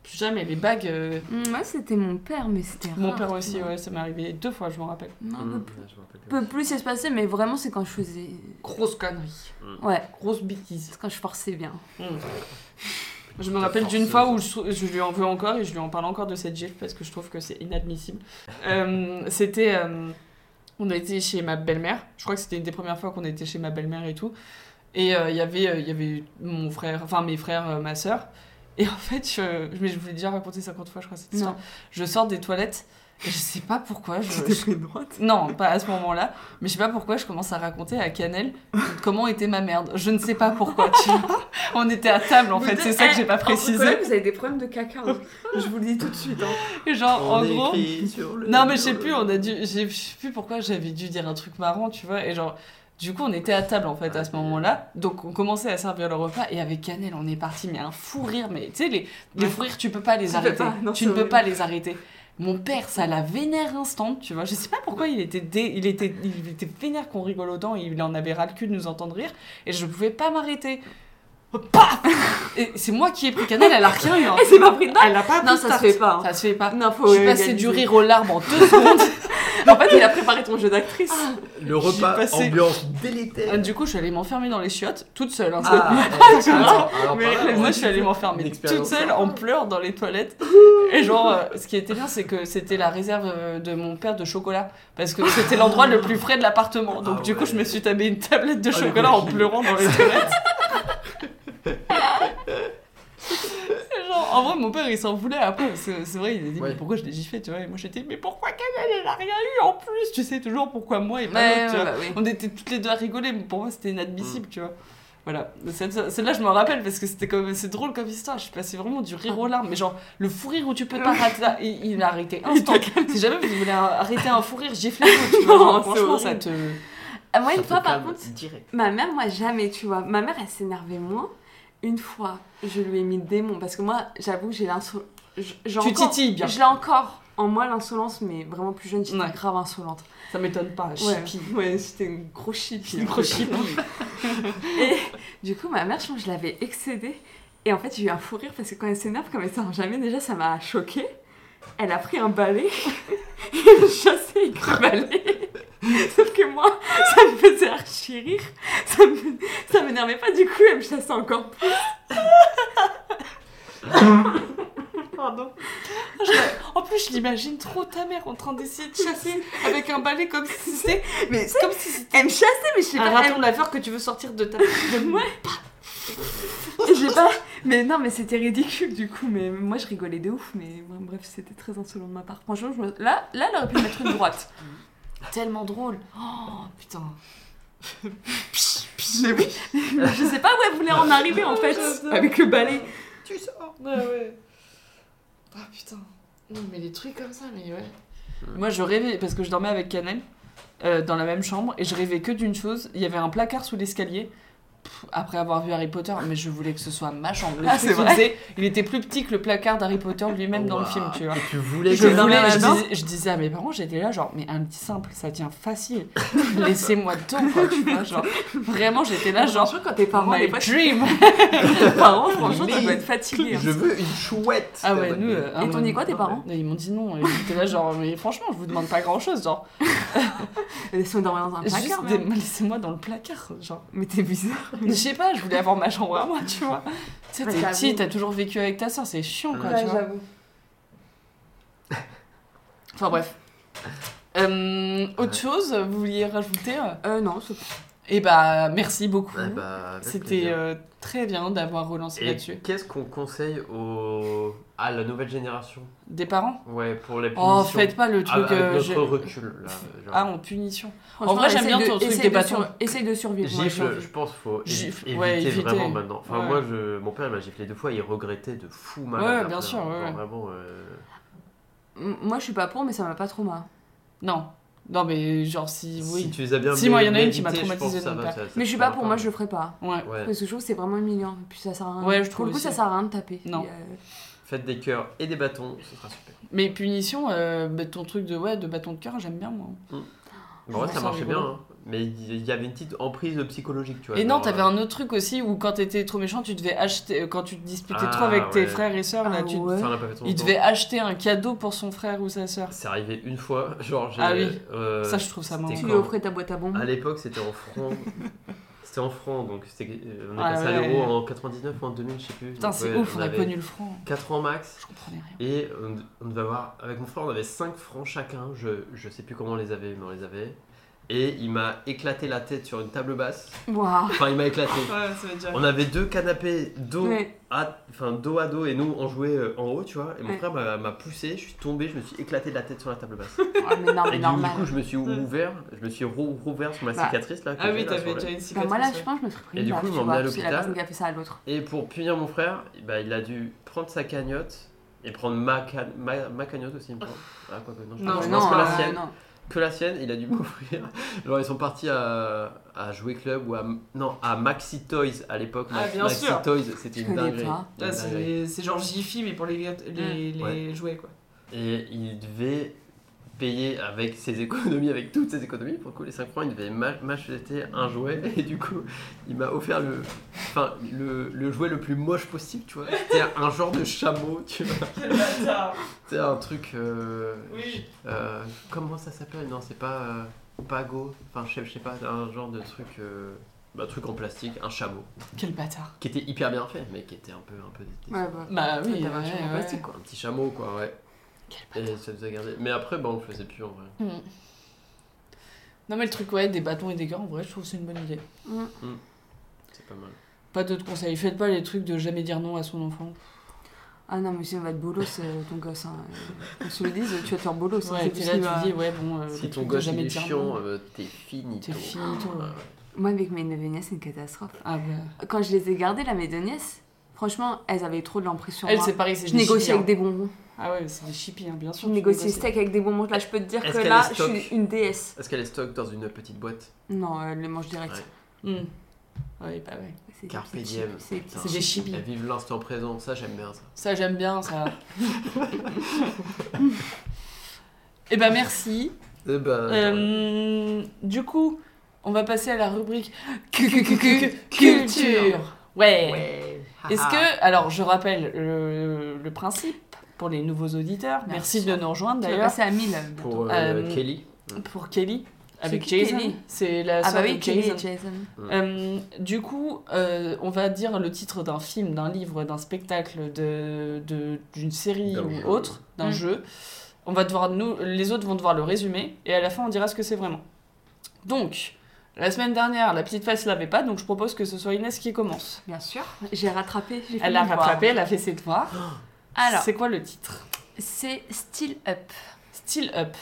Plus jamais, les bagues. euh,
gueule. Moi, c'était mon père, mais c'était rare.
Mon père aussi, ouais, ça m'est arrivé deux fois, je m'en rappelle.
Non,
Mm,
le
ouais, je me rappelle.
peu plus c'est se passer, mais vraiment, c'est quand je faisais.
Grosse connerie.
Ouais,
Grosse bêtise.
c'est quand je forçais bien.
Mm. Je me rappelle d'une fois où je, trou- je lui en veux encore et je lui en parle encore de cette gifle parce que je trouve que c'est inadmissible. Euh, c'était. euh, on était chez ma belle-mère. Je crois que c'était une des premières fois qu'on était chez ma belle-mère et tout. Et euh, il y avait, euh, il y avait mon frère, enfin mes frères, euh, ma sœur. Et en fait, je, mais je vous l'ai déjà raconté 50 fois, je crois, cette histoire.
Non.
Je sors des toilettes et je sais pas pourquoi. Je, je-
pris droite
Non, pas à ce moment-là. Mais je sais pas pourquoi je commence à raconter à Canel comment était ma merde. Je ne sais pas pourquoi. Tu vois. On était à table en fait, c'est ça que j'ai pas précisé.
Vous avez des problèmes de caca, hein. je vous le dis tout de suite. hein.
Et Genre en
est
gros.
écrit sur le-
Non mais je sais plus, on a dû, j'ai- je sais plus pourquoi j'avais dû dire un truc marrant, tu vois. Et genre, du coup, on était à table en fait à ce moment-là. Donc on commençait à servir le repas et avec Canel, on est parti. Mais un fou rire, mais tu sais les, les fous rires, tu peux pas les
Tu peux
arrêter.
pas, non,
tu
c'est
ne peux
horrible.
pas les arrêter. Mon père, ça la vénère instant, tu vois. Je sais pas pourquoi il était, dé- il était, il était vénère qu'on rigole autant. Il en avait ras le cul de nous entendre rire et je pouvais pas m'arrêter. Paf Et c'est moi qui ai pris Canel, elle a rien eu. hein.
Elle s'est pas pris de
Elle a pas
Non,
pris
ça
de
se fait pas, hein.
Ça se fait pas.
Non,
Je
faut.
suis passée du rire aux larmes en deux secondes.
En fait, il a préparé ton jeu d'actrice.
Le repas,
passé-
ambiance délétère.
Et du coup, je suis allée m'enfermer dans les chiottes, toute seule. hein, ça.
Ah,
Tu vois
alors, alors,
Mais
pareil,
moi,
ouais.
je suis allée
Une
m'enfermer toute
expérience.
seule en pleurs dans les toilettes. Et genre, euh, ce qui était bien, c'est que c'était la réserve euh, de mon père de chocolat. Parce que c'était l'endroit le plus frais de l'appartement. Donc,
Ah
du coup,
ouais.
je me suis tapé une tablette de
Ah, le
chocolat en
mec.
pleurant dans les toilettes. Et genre, en vrai, mon père, il s'en voulait après. C'est c'est vrai, il a dit,
Ouais.
mais pourquoi je l'ai giflé, tu vois. Et moi, j'étais, mais pourquoi Kamel, elle a rien eu en plus Tu sais toujours pourquoi moi et pas l'autre,
Ouais,
tu vois.
ouais, bah oui. Mm.
On était toutes les deux à rigoler, mais pour moi c'était inadmissible, tu vois. Voilà, celle-là celle-là, je m'en rappelle parce que c'était comme c'est drôle comme histoire. Je suis passée vraiment du rire aux larmes, mais genre le fou rire où tu peux pas rater, ça, il, il a arrêté instant. Si jamais vous voulez arrêter un fou rire, giflez-vous, tu vois.
Non,
genre,
c'est
franchement, ça
horrible.
te.
Ah, Moi, une
Ça
fois,
te
par
calme
contre,
direct.
Ma mère, moi, jamais, tu vois. Ma mère, elle s'énervait moins. Une fois, je lui ai mis le démon parce que moi, j'avoue, j'ai l'insolence.
Tu titilles bien.
Je l'ai encore en moi, l'insolence, mais vraiment plus jeune, j'étais
Ouais.
grave insolente.
Ça m'étonne pas,
Ouais,
chippie.
ouais j'étais une grosse chipie. hein.
Une grosse chippie.
Et du coup, ma mère, je pense que je l'avais excédée. Et en fait, j'ai eu un fou rire parce que quand elle s'énerve comme elle s'énerve jamais, déjà, ça m'a choquée. Elle a pris un balai et le chassait avec le balai. Sauf que moi, ça me faisait archi rire. Ça me- ça m'énervait pas, du coup, elle me chassait encore plus.
Pardon. Ah, Je- en plus, je l'imagine trop ta mère en train d'essayer de chasser avec un balai comme si c'était.
Mais
Comme si c'était
elle me chassait, mais je sais
un
pas.
raton laveur que tu veux sortir de ta.
elle- Ouais. Et J'ai pas, Mais non, mais c'était ridicule du coup. Mais moi, je rigolais de ouf. Mais bon, bref, c'était très insolent de ma part. Franchement, je me- là, là, elle aurait pu me mettre une droite. Tellement drôle. Oh putain. mais oui. je sais pas où elle voulait en arriver en fait avec le balai.
Tu sors Ouais, ouais. Ah putain. Non, mais des trucs comme ça, mais ouais.
Mm.
Moi, je rêvais, parce que je dormais avec Canel euh, dans la même chambre, et je rêvais que d'une chose il y avait un placard sous l'escalier. Pff, Après avoir vu Harry Potter, mais je voulais que ce soit ma chambre. Le
Ah,
truc
c'est
qu'il
vrai.
faisait, Il était plus petit que le placard d'Harry Potter lui-même dans le film, tu vois.
Et tu voulais
Je,
que
dormais
voulais, je,
là-dedans
disais, je disais à mes parents, j'étais là, genre, mais un petit simple, ça tient facile. Laissez-moi dedans, quoi, tu vois. Genre, vraiment, j'étais là, genre,
Franchement, quand tes parents,
my
les fois, tes
dream.
parents, franchement, tu
Mais-
dois être fatigué. hein.
je veux une chouette.
Ah ouais, nous. euh, ah
Et t'en
ouais,
dis quoi, tes
non,
parents
mais- Ils m'ont dit non. et J'étais là, genre, mais franchement, je vous demande pas grand chose. Genre,
Elles sont dans un
juste
placard, hein.
des-
merde.
laissez-moi dans le placard. Genre,
Mais t'es bizarre.
je sais pas, je voulais avoir ma chambre à moi, tu vois. Tu sais,
Ouais,
t'es
j'avoue.
petit, t'as toujours vécu avec ta soeur, c'est chiant, quoi, tu vois. Enfin, bref. Euh,
Ouais.
autre chose, vous vouliez rajouter euh,
Euh, non, c'est
Eh bah, merci beaucoup.
Ouais, bah, avec
C'était
plaisir.
euh, très bien d'avoir relancé
Et
là-dessus.
qu'est-ce qu'on conseille aux... à la nouvelle génération
Des parents
Ouais, pour les punitions.
Oh, faites pas le
Ah,
truc.
avec
euh,
notre
j'ai-
recul, là. genre.
Ah, en punition.
Franchement,
vrai, j'aime
essaye
bien
de-
ton truc
essaye
des
de
bâtons.
sur- Essaye de survivre. ouais,
Gifle,
survivre.
je pense faut évi-
Gifle,
éviter,
ouais, éviter.
vraiment maintenant. Enfin,
Ouais.
moi, je, mon père il m'a giflé deux fois, il regrettait de fou mal.
Ouais,
à la
bien
fin.
sûr, ouais,
Genre,
ouais.
Vraiment, euh,
M- Moi, je suis pas pour, mais ça m'a pas trop marre.
Non. Non, mais genre, si. Oui.
Si tu les as bien
Si, moi, il y en a une qui m'a
mérités, je pense
traumatisée
que ça
de mon
va,
père.
ça- ça
Mais je suis
te
pas
fera
pour, moi, je le ferai pas.
Ouais.
Ouais.
Parce que je trouve que c'est vraiment humiliant. Et puis ça sert à rien.
Ouais, je
Pour
trouve
le coup, ça
aussi.
sert à rien de taper.
Non.
Et, euh,
Faites des cœurs et des bâtons, ce sera super.
Mais punition, euh, bah, ton truc de ouais, de bâton de cœur, j'aime bien moi.
Bon, ouais,
trouve
ça
ça
marchait bien,
rigolo.
hein. mais il y avait une petite emprise psychologique, tu vois.
et non,
genre,
t'avais
euh,
un autre truc aussi où quand t'étais trop méchant, tu devais acheter. euh, Quand tu te disputais
Ah,
trop avec tes
ouais.
frères et sœurs, là,
Ah
tu.
ouais.
Ça, on l'a pas fait trop
Il
longtemps.
devait acheter un cadeau pour son frère ou sa sœur.
C'est arrivé une fois, genre j'ai.
Ah oui.
euh,
Ça, je trouve ça marrant.
c'était
Tu lui
quand-
offrais ta boîte à bonbons.
À l'époque, c'était en francs. c'était en francs, donc c'était, euh, on est
Ah
passé à
ouais.
l'euro en 99 ou en 2000, je sais plus.
Putain,
Donc,
c'est
ouais,
ouf, on, a
avait
connu le franc.
4 ans max.
Je comprenais rien.
Et on, on devait avoir, avec mon frère, on avait 5 francs chacun. Je, je sais plus comment on les avait, mais on les avait. Et il m'a éclaté la tête sur une table basse.
Waouh.
Enfin, il m'a éclaté.
Ouais, ça va déjà.
On avait deux canapés dos,
Ouais.
à, enfin, dos à dos et nous on jouait euh, en haut, tu vois. Et mon
Ouais.
frère m'a- m'a poussé, je suis tombé, je me suis éclaté de la tête sur la table basse.
Ah, mais non,
Et
mais
du, du coup,
normal.
je me suis ouvert, je me suis rou- rouvert sur ma
Bah.
cicatrice là. que
Ah
j'ai,
oui,
là,
t'avais
sur le-
déjà une
Bah,
cicatrice.
moi, là,
ouais.
je pense que je me serais pris
Et
une
du
baffe,
coup, ils
tu
m'ont
vois,
emmené à
parce que La
l'hôpital.
personne qui a fait ça à l'autre.
Et pour punir mon frère, eh ben, il a dû prendre sa cagnotte et prendre ma, can- ma, ma cagnotte aussi. il me semble. Ah, quoi que, non, je
Non,
pense-
Ouais,
je
non,
pense que la
euh,
sienne.
non.
Que la sienne, il a dû m'offrir. Genre, ils sont partis à, à jouer club ou à. Non, à Maxi Toys à l'époque.
Ah, bien
Maxi
sûr.
Toys, c'était
Je
une
connais
dinguerie.
pas.
Une
Là, Ah, c'est-
dinguerie.
c'est genre Jiffy, mais pour les, les, les
Ouais.
jouets, quoi.
Et il devait payer avec ses économies, avec toutes ses économies, pour le coup, les 5 francs, il devait m'a- m'acheter un jouet. Et du coup, il m'a offert le, enfin, le, le jouet le plus moche possible, tu vois. C'était un genre de chameau, tu vois.
Quel bâtard
C'était un truc. euh,
Oui.
euh, comment ça s'appelle Non, c'est pas. euh, Pago. Enfin, je sais- je sais pas, un genre de truc. euh, bah, truc en plastique, un chameau.
Quel bâtard.
Qui était hyper bien fait, mais qui était un peu. Un peu détesté.
Ouais, bah.
Bah oui,
T'avais un
ouais,
chameau en
ouais.
plastique, quoi.
Un petit chameau, quoi, ouais. Et ça nous a gardé. Mais après, bah, on le faisait plus en vrai.
Mm. Non mais le truc ouais, des bâtons et des gars en vrai je trouve que c'est une bonne idée.
Mm.
C'est pas mal.
Pas d'autres conseils, faites pas les trucs de jamais dire non à son enfant.
Ah non, mais ça va être bolos, euh, ton gosse. hein. On se le dise, tu vas te faire bolos. hein,
Ouais,
c'est
t'es là
tout ce qui
tu
va-
dis ouais bon, euh,
Si
le
ton
truc de
gosse il est
dire
chiant,
non.
euh, t'es finito. Ah,
T'es finito.
Ouais, ouais.
Moi, avec mes neveux et nièces, c'est une catastrophe.
Ah bah.
Quand je les ai gardées, là, mes deux nièces, franchement, elles avaient trop de l'emprise sur
Elle
moi.
c'est pareil, c'est
Je
des
négociais
chippies,
avec
hein.
des bonbons.
Ah ouais, c'est des chippies hein, bien sûr.
Je
tu
négocie
négocies.
steak avec des bonbons. Là, je peux te dire
Est-ce
que
qu'elle
là,
est
je
stock
suis une déesse.
Est-ce qu'elle est stock dans une petite boîte
Non, elle les mange direct.
Ouais.
Mm. Ouais, bah ouais.
C'est des
Carpe
petites
diem.
chips, C'est des petites
Putain.
C'est des chippies.
Elles vivent l'instant présent, ça j'aime bien ça.
Ça j'aime bien ça. Et bah merci.
Eh ben,
Euh, du coup, on va passer à la rubrique cu- cu- cu- cu- culture. Ouais.
Ouais.
Ah,
Est-ce que, alors je rappelle le, le principe pour les nouveaux auditeurs. Merci,
Merci.
de nous rejoindre
Tu vas
d'ailleurs
passer à 1000 euh, bientôt.
Pour euh,
Euh,
Kelly.
pour Kelly avec
qui,
Jason.
Kelly
C'est la
Ah
sœur
bah
de
oui, Kelly
Jason.
et Jason.
Euh, du coup, euh, on va dire le titre d'un film, d'un livre, d'un spectacle, de de- d'une série
D'un
ou
jeu.
autre, d'un
Mm.
jeu. On va devoir nous, les autres vont devoir le résumer et à la fin on dira ce que c'est vraiment. Donc, La semaine dernière, la petite face l'avait pas, donc je propose que ce soit Inès qui commence.
Bien sûr. J'ai rattrapé. j'ai fait
Elle l'a
mon devoir.
rattrapé, elle a fait ses devoirs.
Alors,
C'est quoi le titre
c'est Still Up,
Still Up.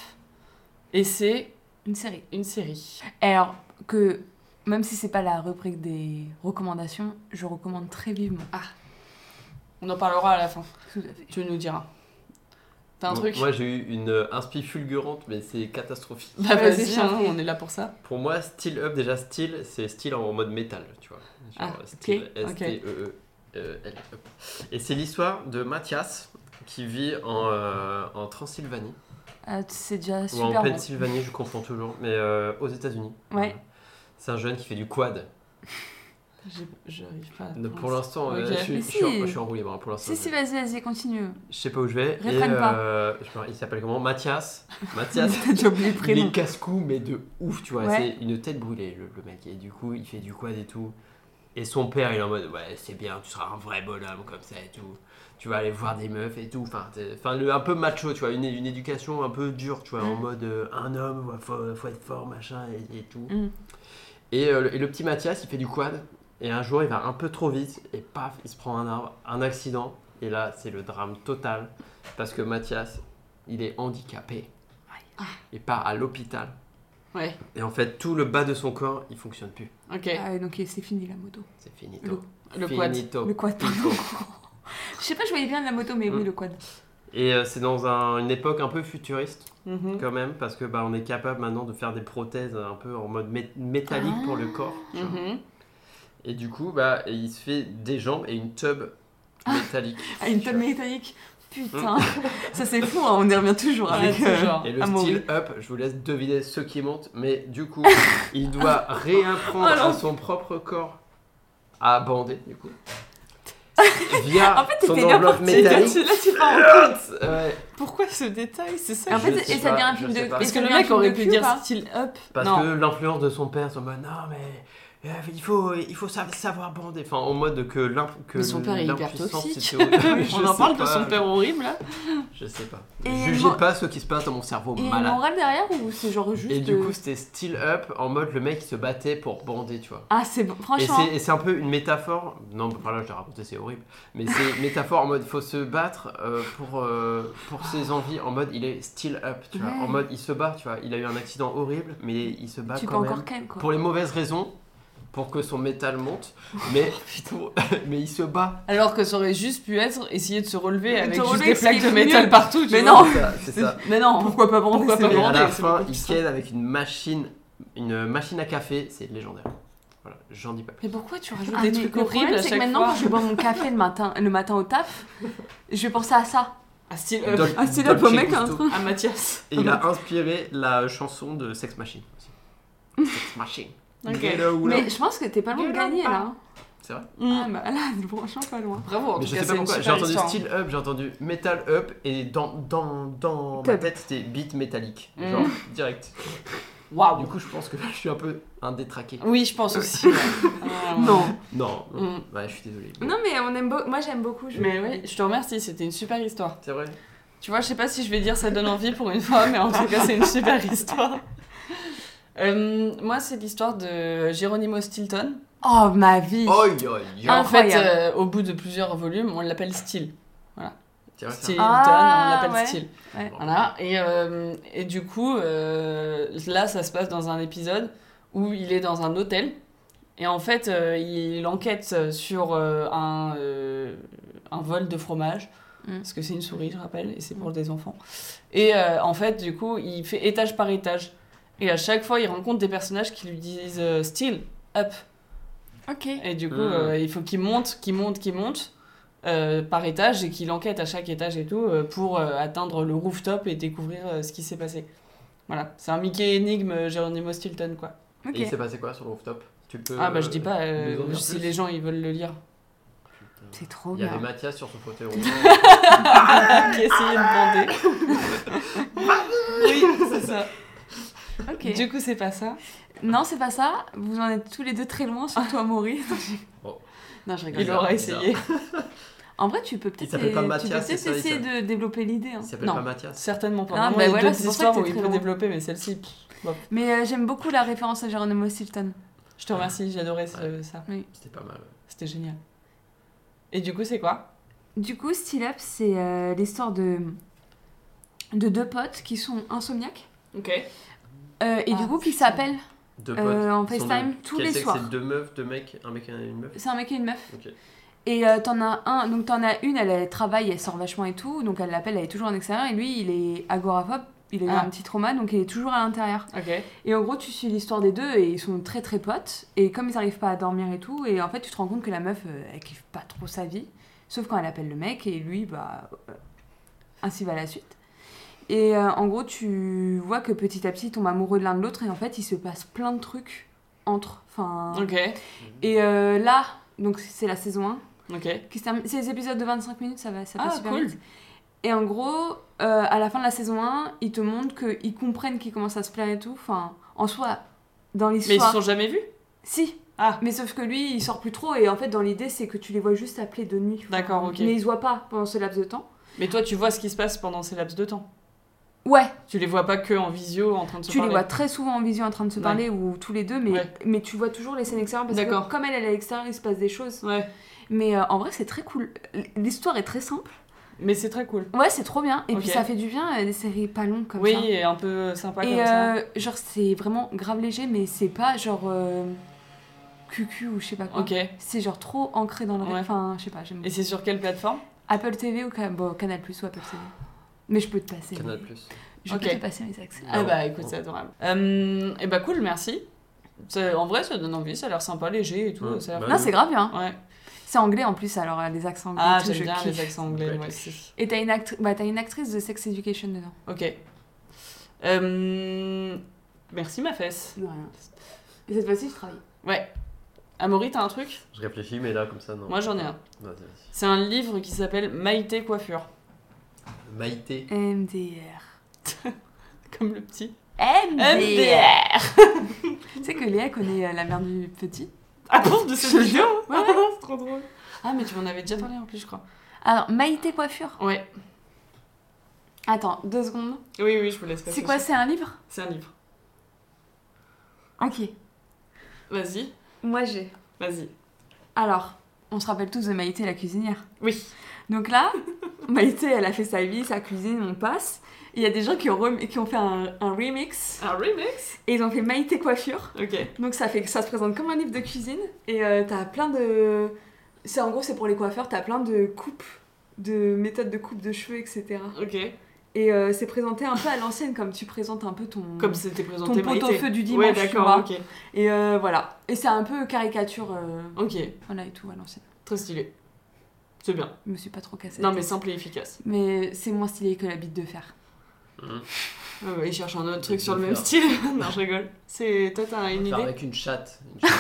Et c'est
une série.
une série.
Alors que, même si c'est pas la rubrique des recommandations, je recommande très vivement.
On en parlera à la fin.
Tout à fait.
Tu nous diras. T'as un
Bon,
truc
Moi, j'ai eu une euh, inspi fulgurante, mais c'est catastrophique.
Bah
Ouais,
vas-y,
c'est
hein,
parti.
on est là pour ça.
Pour moi, style up, déjà style, c'est style en mode métal, tu vois. Genre
Ah,
style E
ok,
S-T-E-E-L. Et c'est l'histoire de Mathias qui vit en, euh, en Transylvanie.
Ah, c'est déjà
Ou en
super bon.
Pennsylvanie, je comprends toujours, mais euh, aux États-Unis.
Ouais.
C'est un jeune qui fait du quad.
J'ai- J'arrive pas. à
Donc,
prendre
pour
ça.
l'instant, euh,
Ok.
je, suis-
Ah, Mais
je suis en-
si.
je suis enroulé. voilà, pour l'instant,
Si, si, vas-y, vas-y, continue.
je sais pas où je vais. Et,
Réfrène pas.
euh, je sais pas, il s'appelle comment Mathias. Mathias.
T'as déjà oublié le
Il est
prénom.
casse-cou, mais de ouf, tu vois.
Ouais.
C'est une tête brûlée, le, le mec. Et du coup, il fait du quad et tout. Et son père, il est en mode Ouais, c'est bien, tu seras un vrai bonhomme comme ça et tout. Tu vas aller voir des meufs et tout. Enfin, t'es- enfin le, un peu macho, tu vois. Une, une éducation un peu dure, tu vois. En
Mm.
mode euh, Un homme, ouais, faut, faut être fort, machin et, et tout.
Mm.
Et, euh, le, et le petit Mathias, il fait du quad. Et un jour, il va un peu trop vite. Et paf, il se prend un arbre, un accident. Et là, c'est le drame total. Parce que Mathias, il est handicapé. Il part à l'hôpital.
Ouais,
Et en fait, tout le bas de son corps, il fonctionne plus.
ok.
Ah, ouais, donc c'est fini la moto.
C'est finito.
Le quad.
finito.
Oh. Le quad, pardon. Je sais pas, je voyais bien la moto, mais oui,
Mm.
le quad.
Et euh, c'est dans un- une époque un peu futuriste
Mhm.
quand même, parce que bah, on est capable maintenant de faire des prothèses un peu en mode mé- métallique pour le corps.
Ah.
tu vois.
Mhm.
Et du coup, bah, il se fait des jambes et une tube métallique.
Ah, une
Tu
table
vois.
métallique. Putain, ça c'est fou, hein, on y revient toujours
Hmm. Ouais,
avec.
c'est
euh,
genre.
Et le
Ah, mon
style up, je vous laisse deviner ce qui monte, mais du coup, il doit réapprendre
Oh non.
à son propre corps à bander, du coup. Via
En fait,
son
t'étais bien
enveloppe
parti. Là,
métallique.
tu- là, tu pars en couille.
Ouais,
Pourquoi ce détail C'est ça
En
Je
fait,
sais
et ça
pas,
devient un
je
film de.
sais pas.
et
Parce
ça
que le
devient un
mec
film
aurait
de
pu
cul,
dire
ou pas
style up.
Parce
non.
que l'influence de son père, c'est en mode non, mais euh, il faut, il faut sa- savoir bander. Enfin, en mode que l'imp- que
Mais son père est hyper
l'impuissance,
toxique.
c'était horrible. Je
On en
sais
parle de
pas,
son père horrible là.
Je, je sais pas.
Et
Jugez
mo-
pas ce qui se passe dans mon cerveau
Et une
malade.
morale derrière ou c'est genre juste.
Et du
euh,
coup, c'était still up en mode le mec il se battait pour bander, tu vois.
Ah, c'est bon,
Et
franchement.
c'est- Et c'est un peu une métaphore. Non, enfin là, je l'ai raconté, c'est horrible. Mais c'est une métaphore en mode faut se battre euh, pour, euh, pour
Oh.
ses envies. En mode il est still up, tu vois.
Ouais.
En mode il se bat, tu vois. Il a eu un accident horrible, mais il se bat
Tu peux
Ah, quand même.
encore calme quoi.
pour les mauvaises raisons, pour que son métal monte, mais, pour- mais il se bat.
Alors que ça aurait juste pu être essayer de se relever avec
te
juste
relever,
des
ce
plaques
qui
de
est
métal
mieux.
partout. tu
Mais
vois.
non.
C'est ça, c'est ça.
Mais non, pourquoi pas bander
Pourquoi
c'est
pas
Et
bien.
à la
bander, c'est
fin,
beaucoup
il
plus
ken avec une machine, une machine à café, c'est légendaire. Voilà, j'en dis pas plus.
Mais pourquoi tu rajoutes
Ah,
des
mais
trucs
le
horribles
problème,
à
c'est que
chaque
maintenant,
fois
quand je bois mon café le matin, le matin au taf, je vais penser à ça.
Ah, style
Dol-
up.
Ah, c'est là,
Dolce
pour mec, un
Gusto.
truc.
À Mathias.
Et il a inspiré la chanson de Sex Machine aussi. Sex Machine.
Ok.
Get a hula.
Mais je pense que t'es pas loin de
Get
gagner
up.
là. hein.
C'est vrai
Mm.
Ah, bah là, franchement, pas loin.
Bravo, en
Mais
tout
je
cas,
sais
c'est
pas
une
pourquoi. J'ai
super
entendu
histoire.
style up, j'ai entendu metal up, et dans, dans, dans ma
Tub.
tête, c'était beat métallique.
Mm.
Genre, direct. Du
Waouh.
coup, je pense que je suis un peu un détraqué.
Oui, je pense aussi. ouais. Ah, ouais.
Non.
Non, non.
Mm.
ouais, Bah, je suis désolé.
Non, mais on aime beau- moi j'aime beaucoup. je-
Mais oui, je te remercie, c'était une super histoire.
C'est vrai.
Tu vois, je sais pas si je vais dire ça donne envie pour une fois, mais en tout cas, c'est une super histoire. Euh, moi, c'est l'histoire de Geronimo Stilton.
Oh, ma vie.
Oi, oi, oi.
En fait,
Incroyable.
euh, au bout de plusieurs volumes, on l'appelle Steel.
C'est vrai, ça.
Stilton,
Ah,
on l'appelle
ouais.
Steel.
Ouais.
Voilà. Et, euh, et du coup, euh, là, ça se passe dans un épisode où il est dans un hôtel. Et en fait, euh, il enquête sur euh, un, euh, un vol de fromage.
Mm.
Parce que c'est une souris, je rappelle, et c'est pour des enfants. Et euh, en fait, du coup, il fait étage par étage. Et à chaque fois, il rencontre des personnages qui lui disent euh, Still, up.
Ok.
Et du coup,
Mm.
euh, il faut qu'il monte, qu'il monte, qu'il monte euh, par étage et qu'il enquête à chaque étage et tout euh, pour euh, atteindre le rooftop et découvrir euh, ce qui s'est passé. Voilà, c'est un Mickey énigme euh, Geronimo Stilton quoi.
Ok.
Et il s'est passé quoi sur le rooftop Tu peux.
ah bah je dis pas
nous
euh,
en dire
si
plus
les gens ils veulent le lire.
Putain.
C'est trop
Il y avait
bien.
Mathias sur son fauteuil roulant.
qui essayait de bander. oui, c'est ça.
Ok.
Du coup, c'est pas ça.
Non, c'est pas ça. Vous en êtes tous les deux très loin, surtout à Maury.
Non, je
rigole.
Il aura
Bizarre,
essayé.
En vrai, tu peux peut-être
s'appelle pas
tu peux
Mathias, c'est
peut-être
ça, il
essayer
s'appelle-
de développer l'idée. hein.
Il s'appelle
Non.
pas Mathias.
Certainement pas.
Ah,
Vraiment,
bah
il y a
voilà,
d'autres
c'est pour ça
histoires
que t'es
où il
très
peut
loin.
développer, mais celle-ci, pff, hop.
Mais euh, j'aime beaucoup la référence à Geronimo Stilton.
je te remercie, j'adorais ce- ça.
C'était pas mal. ouais.
C'était génial. Et du coup, c'est quoi
Du coup, Still Up, c'est euh, l'histoire de... de deux potes qui sont insomniaques.
Ok.
euh, et
Ah,
du coup, qui
putain.
s'appellent
Deux potes.
euh, en
Ils sont
FaceTime
deux-
tous
Quel
les
sexe,
soirs.
C'est deux meufs, deux mecs, un mec et une meuf.
C'est un mec et une meuf.
Ok.
Et euh, t'en as un, donc t'en as une, elle, elle travaille, elle sort vachement et tout, donc elle l'appelle, elle est toujours en extérieur, et lui, il est agoraphobe, il a eu
Ah.
un petit trauma, donc il est toujours à l'intérieur.
Ok.
Et en gros, tu suis l'histoire des deux, et ils sont très très potes, et comme ils arrivent pas à dormir et tout, et en fait, tu te rends compte que la meuf, euh, elle kiffe pas trop sa vie, sauf quand elle appelle le mec, et lui, bah. euh, ainsi va la suite. Et euh, en gros, tu vois que petit à petit, ils tombent amoureux de l'un de l'autre, et en fait, il se passe plein de trucs entre. Enfin.
Ok.
Et euh, là, donc c'est la saison 1
Ok.
qui se termine- C'est les épisodes de 25 minutes, ça va, ça
Ah,
passe super
cool.
vite. Et en gros, euh, à la fin de la saison 1, ils te montrent qu'ils comprennent qu'ils commencent à se plaire et tout. Enfin, en soi, dans
Mais ils se
l'histoire.
sont jamais vus
Si,
Ah.
mais sauf que lui, il sort plus trop. Et en fait, dans l'idée, c'est que tu les vois juste appeler de nuit.
D'accord, ok.
Mais ils se voient pas pendant ce laps de temps.
Mais toi, tu vois ce qui se passe pendant ces laps de temps.
Ouais,
Tu les vois pas que en visio en train de se
tu les
parler.
vois très souvent en vision en train de se
Ouais.
parler ou tous les deux, mais,
Ouais.
mais tu vois toujours les scènes extérieures parce
D'accord.
que comme elle, elle est à l'extérieur, il se passe des choses.
Ouais.
Mais euh, en vrai, c'est très cool. L'histoire est très simple.
Mais c'est très cool.
Ouais, c'est trop bien. Et puis
Ok.
ça fait du bien euh, des séries pas longues comme
oui,
ça.
et un peu sympa
Et
comme ça.
euh, genre c'est vraiment grave léger, mais c'est pas genre euh, cucu ou je sais pas quoi.
Ok. Et
C'est genre trop ancré dans le rythme.
Ouais.
Enfin, je sais pas, j'aime.
c'est sur quelle plateforme
Apple TV ou Can- bon, Canal Plus ou Apple TV. Mais je peux te passer.
Canal+.
Je
Ok.
peux te passer mes accès.
Ah
Ah
bah
ouais.
écoute, c'est adorable. Euh, et bah cool, merci. C'est- En vrai, ça donne envie, ça a l'air sympa, léger et tout.
Ouais,
ça a l'air-
bah
Non, c'est grave bien. hein.
Ouais.
C'est anglais en plus, alors euh, les accents anglais,
Ah,
et tout,
j'aime
je
bien
kiffe.
les accents anglais,
Ouais.
moi aussi.
Et t'as une, actri- bah, t'as une actrice de Sex Education dedans.
Ok. Euh, Merci ma fesse.
Et cette fois-ci, je travaille.
Ouais. Amaury, t'as un truc
Je réfléchis, mais là, comme ça, non.
Moi j'en ai un.
Vas-y, vas-y.
C'est un livre qui s'appelle Maïté Coiffure.
Maïté.
MDR.
Comme le petit.
MDR.
MDR
Tu sais que Léa connaît euh, la mère du petit.
Ah bon, de cette vidéo
Ouais.
C'est trop drôle. Ah, mais tu m'en avais déjà parlé en plus, je crois.
Alors, Maïté Coiffure.
Ouais.
Attends, deux secondes.
Oui, oui, je vous laisse
C'est quoi, c'est un livre
C'est un livre.
Ok.
Vas-y,
Moi j'ai.
vas-y.
Alors, on se rappelle tous de Maïté la cuisinière.
Oui.
Donc là, Maïté, elle a fait sa vie, sa cuisine, on passe. Il y a des gens qui ont, rem- qui ont fait un, un remix
Un remix
et ils ont fait Maïté coiffure.
Ok.
Donc ça fait que ça se présente comme un livre de cuisine et euh, t'as plein de. C'est en gros c'est pour les coiffeurs. T'as plein de coupes, de méthodes de coupe de cheveux, etc.
Ok.
Et euh, c'est présenté un peu à l'ancienne comme tu présentes un peu ton.
Comme c'était
ton
présenté
pot au
Maïté.
feu du dimanche.
Ouais,
tu
d'accord,
vois.
ok.
Et euh, voilà. Et c'est un peu caricature. euh,
Ok.
Voilà et tout à l'ancienne.
Très stylé. C'est bien.
Je me suis pas trop cassée.
Non, mais simple et efficace.
Mais c'est moins stylé que la bite de fer.
Hum.
Ouais, ouais, Euh, il cherche un autre truc sur le même style. non, je rigole. C'est... Toi, t'as une
Faire
idée
avec une chatte. Une chatte.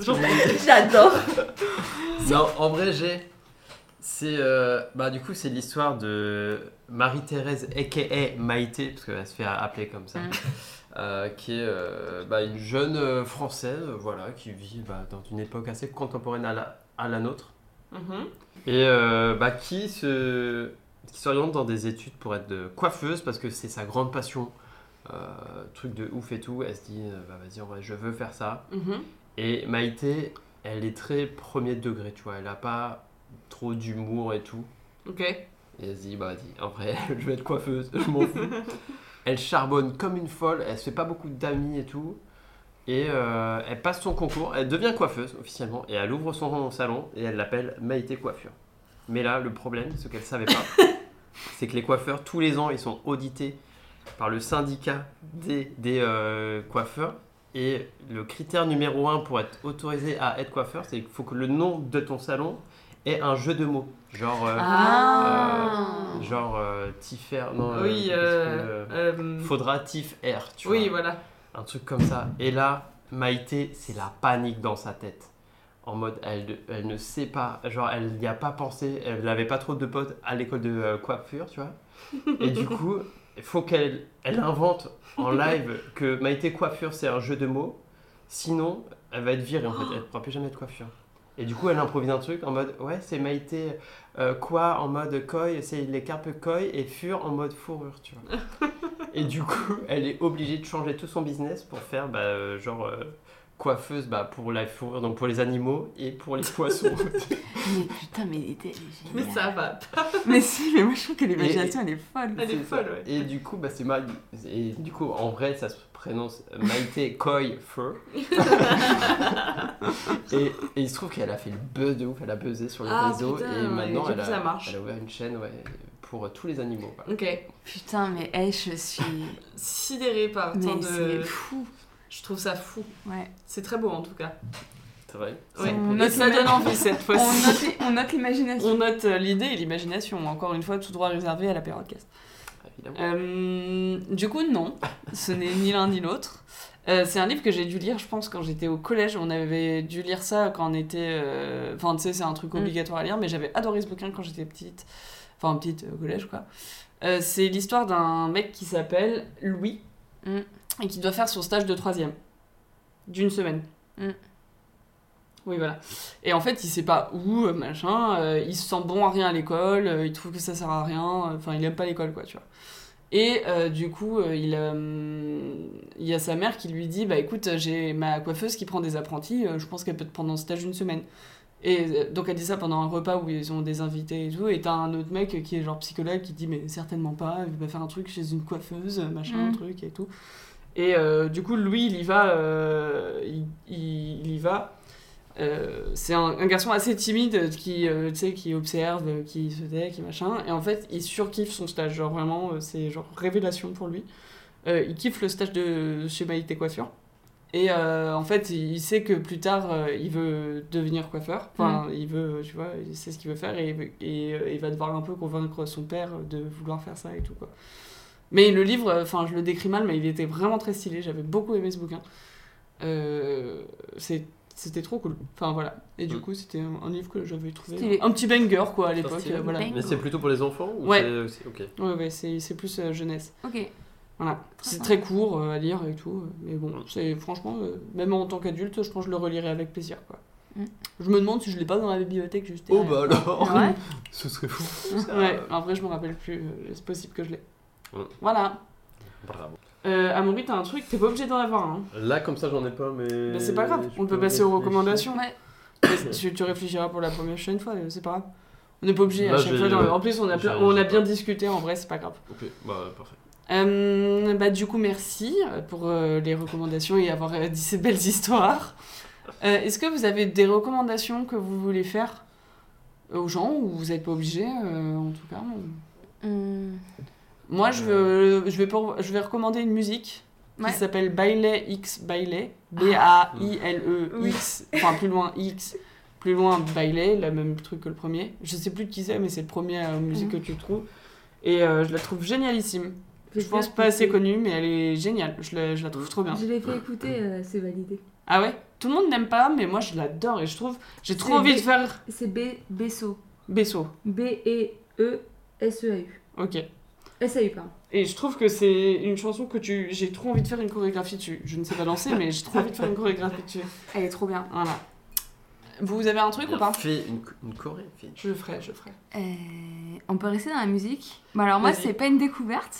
Genre-
J'adore.
non, en vrai, j'ai. C'est. euh, Bah, du coup, c'est l'histoire de Marie-Thérèse, a.k.a. Maïté, parce qu'elle se fait appeler comme ça.
Mm.
euh, qui est euh, bah, une jeune euh, française, voilà, qui vit bah, dans une époque assez contemporaine à la, à la nôtre.
Mhm.
Et euh, bah, qui se qui s'oriente dans des études pour être de coiffeuse parce que c'est sa grande passion. Euh, truc de ouf et tout. Elle se dit, euh, bah, vas-y, en vrai, je veux faire ça.
Mhm.
Et Maïté, elle est très premier degré, tu vois. Elle a pas trop d'humour et tout.
Ok.
Et elle se dit, bah vas-y, en vrai, je vais être coiffeuse, je m'en fous. elle charbonne comme une folle, elle se fait pas beaucoup d'amis et tout. Et euh, elle passe son concours, elle devient coiffeuse officiellement, et elle ouvre son salon et elle l'appelle Maïté Coiffure. Mais là, le problème, ce qu'elle savait pas, c'est que les coiffeurs, tous les ans, ils sont audités par le syndicat des, des, euh, coiffeurs. Et le critère numéro un pour être autorisé à être coiffeur, c'est qu'il faut que le nom de ton salon ait un jeu de mots. Genre. euh,
Ah.
Euh,
Genre euh, Tiffer, non euh,
oui,
qu'est-ce que,
euh...
euh,
euh,
Faudra Tiffer, tu
Oui,
vois.
voilà.
Un truc comme ça. Et là, Maïté, c'est la panique dans sa tête. En mode, elle, elle ne sait pas, genre, elle n'y a pas pensé, elle n'avait pas trop de potes à l'école de euh, coiffure, tu vois. Et du coup, il faut qu'elle elle invente en live que Maïté coiffure, c'est un jeu de mots. Sinon, elle va être virée en fait, elle ne pourra plus jamais être coiffure. Et du coup, elle improvise un truc en mode Ouais, c'est Maïté euh, quoi en mode koi, c'est les carpes koi et fur en mode fourrure, tu vois. et du coup, elle est obligée de changer tout son business pour faire bah, euh, genre euh, coiffeuse bah, pour la fourrure, donc pour les animaux et pour les poissons.
Mais putain, mais elle était. elle
Mais
est géniale.
ça va.
Mais si, mais moi je trouve que l'imagination elle est folle.
Elle est
C'est
folle,
ça.
ouais.
Et du coup, bah, c'est Maï- Et du coup, en vrai, ça se prononce Maïté Koi Fur. et, et il se trouve qu'elle a fait le buzz de ouf, elle a buzzé sur les
Ah,
réseaux.
putain,
et
ouais,
maintenant,
j'ai
elle
vu
a,
ça marche. Mm.
elle a ouvert une chaîne ouais, pour euh, tous les animaux. voilà.
Ok.
Putain, mais hey, je suis.
Sidéré par tant
Mais c'est
de.
fou.
Je trouve ça fou.
Ouais.
C'est très beau en tout cas.
C'est vrai.
Ouais.
Ça-
On
Et
note
ça
l'ima-
donne envie cette
on
fois-ci.
note, on note l'imagination.
On note euh, l'idée et l'imagination. Encore une fois, tout droit réservé à la période cast.
Évidemment.
Euh, du coup, non, ce n'est ni l'un ni l'autre. Euh, c'est un livre que j'ai dû lire, je pense, quand j'étais au collège. On avait dû lire ça quand on était. euh, Enfin, tu sais, c'est un truc
Mm.
obligatoire à lire, mais j'avais adoré ce bouquin quand j'étais petite. Enfin, petite, au collège, quoi. Euh, c'est l'histoire d'un mec qui s'appelle Louis
Mm.
et qui doit faire son stage de troisième d'une semaine.
Mm.
Oui, voilà. Et en fait, il sait pas où, euh, machin. euh, il se sent bon à rien à l'école. euh, il trouve que ça sert à rien. euh, Enfin, il aime pas l'école, quoi, tu vois. Et euh, du coup, euh, il, euh, il y a sa mère qui lui dit Bah écoute, j'ai ma coiffeuse qui prend des apprentis, euh, je pense qu'elle peut te prendre en stage une semaine. Et euh, donc elle dit ça pendant un repas où ils ont des invités et tout, et t'as un autre mec qui est genre psychologue qui dit Mais certainement pas, il va faire un truc chez une coiffeuse, machin,
Mm.
truc et tout. Et euh, du coup, lui, il y va. euh, il, il- il y va. Euh, c'est un, un garçon assez timide qui, euh, tu sais, qui observe, euh, qui se tait, qui machin. Et en fait, il surkiffe son stage. Genre vraiment, euh, c'est genre révélation pour lui. Euh, il kiffe le stage de chez Maïté Coiffure. Et euh, en fait, il il sait que plus tard, euh, il veut devenir coiffeur. Enfin, il veut, tu vois, il sait ce qu'il veut faire et, il veut- et, euh, il va devoir un peu convaincre son père de vouloir faire ça et tout, quoi. Mais le livre, euh, enfin, je le décris mal, mais il était vraiment très stylé. J'avais beaucoup aimé ce bouquin. Euh, c'est- c'était trop cool. Enfin, voilà. Et du
Mm.
coup, c'était un, un livre que j'avais trouvé
Stylé.
un petit banger, quoi, à l'époque.
stylé.
euh, voilà.
Bang.
Mais c'est plutôt pour les enfants ou
Ouais.
c'est- c'est- Ok.
Ouais, ouais, c'est c'est plus euh, jeunesse.
Ok.
Voilà, c'est
sympa.
très court euh, à lire et tout, euh, mais bon,
Mm.
c'est franchement, euh, même en tant qu'adulte, je pense que je le relirai avec plaisir. Quoi.
Mm.
Je me demande si je l'ai pas dans la bibliothèque juste. euh,
Oh bah alors
Ouais.
Ce serait fou. ça.
Ouais, en vrai, je me rappelle plus, euh, c'est possible que je l'ai.
Mm.
Voilà.
Bravo.
Euh, Amaury, t'as un truc, t'es pas obligé d'en avoir un. hein.
Là, comme ça, j'en ai pas, mais.
Bah, c'est pas grave,
Euh, je
on peut
peux
passer aux
réfléchir.
recommandations.
Ouais.
Mais tu, tu réfléchiras pour la première prochaine fois, euh, c'est pas grave. On n'est pas obligé à
Là,
chaque
j'ai-
fois. d'en- En plus, on a,
j'ai-
plein- on a
j'ai
bien
pas.
discuté, en vrai, c'est pas grave.
Ok, bah parfait.
Euh, bah, du coup, merci pour euh, les recommandations et avoir euh, dit ces belles histoires. Euh, Est-ce que vous avez des recommandations que vous voulez faire euh, aux gens ou vous n'êtes pas obligé euh, en tout cas on-
Hum,
Moi, je, veux, je, vais pour- je vais recommander une musique qui
Ouais.
s'appelle Bailey X Bailey. B-A-I-L-E-X. E Enfin, plus loin, X. Plus loin, Bailey, le même truc que le premier. Je sais plus de qui c'est, mais c'est le premier euh, musique que tu trouves. Et euh, je la trouve génialissime. Je pense pas assez connue, mais elle est géniale. Je la, je la trouve trop bien.
Je l'ai fait écouter, euh, c'est validé.
Ah ouais Tout le monde n'aime pas, mais moi je l'adore et je trouve. J'ai trop
C'est
envie
des-
de faire
C'est B Besso.
Besso.
B-E-E-S-E-A-U.
Ok.
S-A-U, pardon.
Et je trouve que c'est une chanson que tu. J'ai trop envie de faire une chorégraphie dessus. Je ne sais pas danser, mais j'ai trop envie de faire une chorégraphie dessus.
Elle est trop bien.
Voilà. Vous avez un truc ou
Bien
pas
fait une, une choré, fait.
Je le ferai, je le ferai.
Euh, on peut rester dans la musique. Bon, alors moi,
Vas-y.
c'est pas une découverte.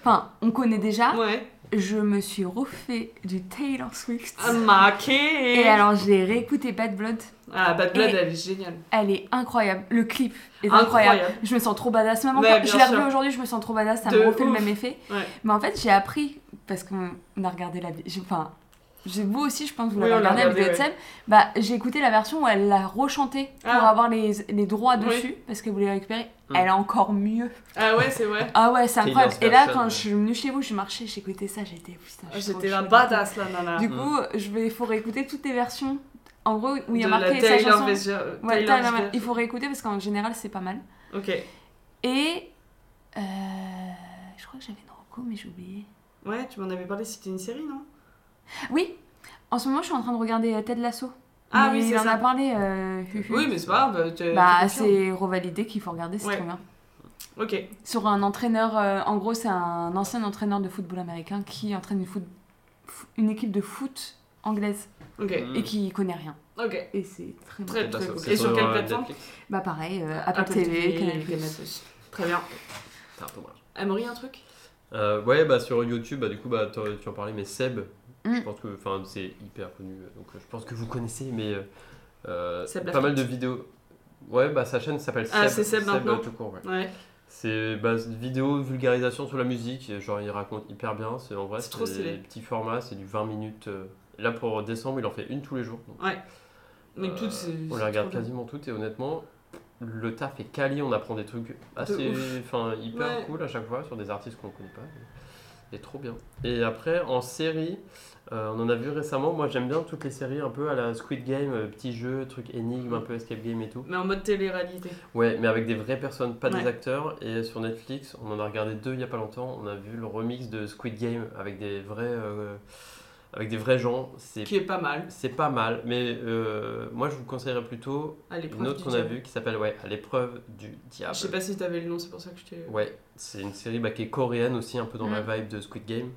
Enfin, on connaît déjà.
Ouais.
Je me suis refait du Taylor Swift.
Ah Maqué
Et alors, j'ai réécouté Bad Blood.
Ah, Bad Blood,
Et-
elle est géniale.
Elle est incroyable. Le clip est incroyable. Je me sens trop badass. Même
Ouais,
encore,
bien
je l'ai
sûr.
revu aujourd'hui, je me sens trop badass. Ça
De
me refait le
ouf.
même effet.
Ouais.
Mais en fait, j'ai appris, parce qu'on on a regardé la. j'ai- Enfin, j'ai- vous aussi, je pense, que vous
Oui,
l'avez
on l'a
regardé, la vidéo de
regardé,
Seb. Bah, j'ai écouté la version où elle l'a rechantée pour
Ah.
avoir les, les droits
Oui. Hmm.
dessus, parce qu'elle voulait les récupérer.
Mm.
Elle est encore mieux.
Ah ouais, c'est vrai.
Ah ouais, c'est
Taylor
incroyable. Et là,
Swift,
quand
ouais.
je suis venue chez vous, je marchais, j'ai écouté ça, j'étais. putain, je suis trop
Ah, J'étais la
chouette.
badass là, nana.
Du coup, je vais, faut réécouter toutes les versions. En gros, où il y a
De la
marqué sa
Taylor
chanson.
Version-
Ouais,
Taylor
Taylor-
Version.
il faut réécouter parce qu'en général, c'est pas mal.
Ok.
Et. euh, je crois que j'avais une reco, mais j'ai oublié.
Ouais, tu m'en avais parlé, c'était une série, non
Oui, en ce moment, je suis en train de regarder euh, Ted Lasso.
Ah
Mais
oui, c'est
Il en a
ça.
parlé. euh, hu, hu.
Oui, mais c'est pas grave. tu-
Bah,
tu confirmes.
c'est revalidé qu'il faut regarder, c'est
Ouais.
trop bien.
Ok.
Sur un entraîneur, euh, en gros, c'est un ancien entraîneur de football américain qui entraîne une, foot- f- une équipe de foot anglaise
Ok.
Mm.
et qui connaît rien.
Ok.
Et c'est très bon.
Très,
Bah,
très
ça-
cool.
c'est
Et sur quelle
euh,
plateforme
Netflix.
Bah pareil, euh, Apple, TV, Canal+.
Canal+. Très bien.
C'est un peu mal.
Amory, un truc
Euh, ouais, bah sur YouTube, bah, du coup, bah, t'en- tu en parlais, mais Seb, je
Hmm.
Mm.
pense que enfin, c'est hyper connu, euh, donc euh, je pense que vous connaissez, mais euh, euh,
Seb
pas
Lafrite.
mal de vidéos. Ouais, bah sa chaîne s'appelle
Ah,
Seb.
c'est Seb maintenant
euh, tout court, ouais.
Ouais.
C'est bah, c'est une vidéo vulgarisation sur la musique, et genre il raconte hyper bien, c'est en vrai,
C'est trop stylé.
des petits formats, c'est du 20 minutes. euh, là pour décembre, il en fait une tous les jours. donc,
Mais
euh,
toutes, c'est.
on
c'est
la regarde
trop bien.
quasiment toutes, et honnêtement, le taf est quali, on apprend des trucs assez,
ouf.
enfin hyper
Ouais.
cool à chaque fois sur des artistes qu'on ne connaît pas. Et trop bien. Et après, en série, euh, on en a vu récemment. Moi, j'aime bien toutes les séries un peu à la Squid Game, euh, petits jeux, trucs énigmes, un peu escape game et tout.
Mais en mode télé-réalité.
Ouais, mais avec des vraies personnes, pas
Ouais.
des acteurs. Et sur Netflix, on en a regardé deux il y a pas longtemps. On a vu le remix de Squid Game avec des vrais, euh, avec des vrais gens. C'est
Qui est pas mal.
c'est pas mal, mais euh, moi je vous conseillerais plutôt
À l'épreuve.
une autre
du
qu'on a
diable.
vue qui s'appelle ouais, À l'épreuve du diable.
Je sais pas si t'avais le nom, c'est pour ça que je t'ai.
Ouais, c'est une série bah, qui est coréenne aussi, un peu dans
Mm.
la vibe de Squid Game,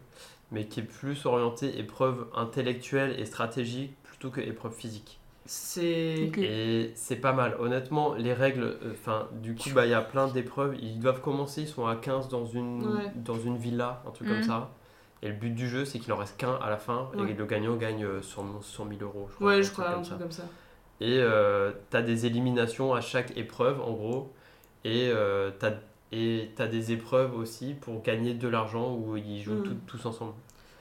mais qui est plus orientée épreuve intellectuelle et stratégique plutôt que épreuve physique.
C'est.
Ok.
Et c'est pas mal. Honnêtement, les règles, euh, enfin, du coup, bah, il y a plein d'épreuves. Ils doivent commencer, ils sont à 15 dans une,
Ouais.
dans une villa, un truc comme
Mhm.
ça. Et le but du jeu, c'est qu'il en reste qu'un à la fin.
Ouais.
Et le gagnant gagne euh, 100, 100 000 euros,
euh,
je crois.
Ouais,
un
je
truc
crois, un
comme ça.
truc comme ça.
Et euh, t'as des éliminations à chaque épreuve, en gros. Et euh, t'as et t'as des épreuves aussi pour gagner de l'argent où ils jouent
Mhm.
tout- tous ensemble.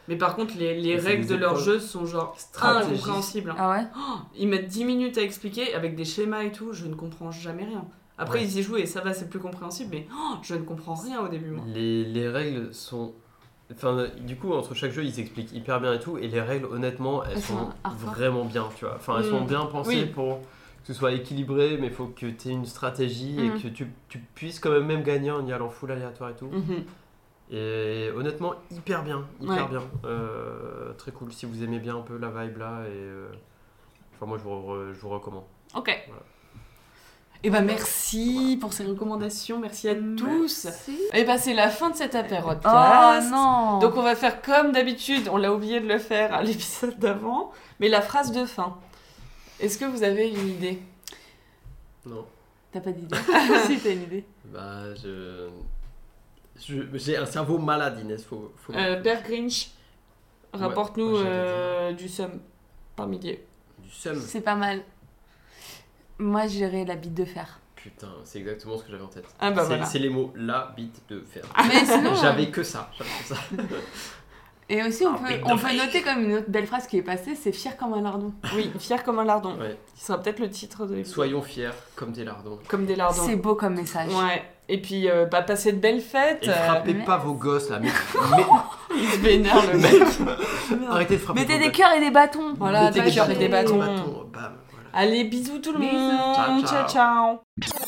Mais par contre, les, les
Et c'est
règles
des
de leur
épreuves.
jeu sont genre
Stratégie.
incompréhensibles. hein.
Ah ouais
Ils mettent 10 minutes à expliquer avec des schémas et tout, je ne comprends jamais rien. Après,
Ouais.
ils y jouent et ça va, c'est plus compréhensible, mais oh, je ne comprends rien au début, moi.
Les, les règles sont. Enfin, du coup, entre chaque jeu, ils s'expliquent hyper bien et tout. Et les règles, honnêtement, elles,
Elles
sont,
sont hardcore.
vraiment bien, tu vois. Enfin, elles
Mm.
sont bien pensées
Oui.
pour que ce soit équilibré, mais il faut que tu aies une stratégie
Mm.
et que tu, tu puisses quand même, même gagner en y allant full aléatoire et tout.
Mm-hmm.
Mhm.
Et honnêtement, hyper bien, hyper
Ouais.
bien. Euh, très cool si vous aimez bien un peu la vibe là. Et, euh, Enfin, moi, je vous, re- je vous recommande.
Ok. Et bah merci pour ces recommandations, merci à tous.
Si.
Et bah c'est la fin de cet apéro.
Oh non
Donc on va faire comme d'habitude, on l'a oublié de le faire à l'épisode d'avant, mais la phrase de fin. Est-ce que vous avez une idée
Non.
T'as pas d'idée Si, t'as une idée.
Bah, je. J'ai un cerveau malade, Inès. Faut,
euh, Père Grinch, rapporte-nous
moi, j'allais
euh, du somme par millier.
Du seum.
C'est pas mal. Moi, j'irais la bite de fer.
Putain, c'est exactement ce que j'avais en tête.
Ah bah
c'est,
voilà.
c'est les mots la bite de fer.
Mais sinon, euh,
J'avais que ça. j'avais que ça.
Et aussi, on
Ah,
peut,
bête
on
de
peut
vache.
noter comme une autre belle phrase qui est passée, c'est fier comme un lardon.
Oui, fier comme un lardon.
Ouais.
Ce sera peut-être le titre de l'épisode.
Soyons fiers comme des lardons.
Comme des lardons.
C'est beau comme message.
Ouais. Et puis, euh, bah, passez de belles fêtes.
Et
euh,
frappez
mais-
pas vos gosses là. Mais,
il se vénère le
mais-
mec.
Arrêtez de frapper.
Mettez
vos
des
gosses.
cœurs et des bâtons.
Voilà,
Mettez
des cœurs et des
bâtons.
bâtons.
Bam, voilà.
Allez, bisous tout le
Bisous.
monde.
Ciao, ciao.
ciao.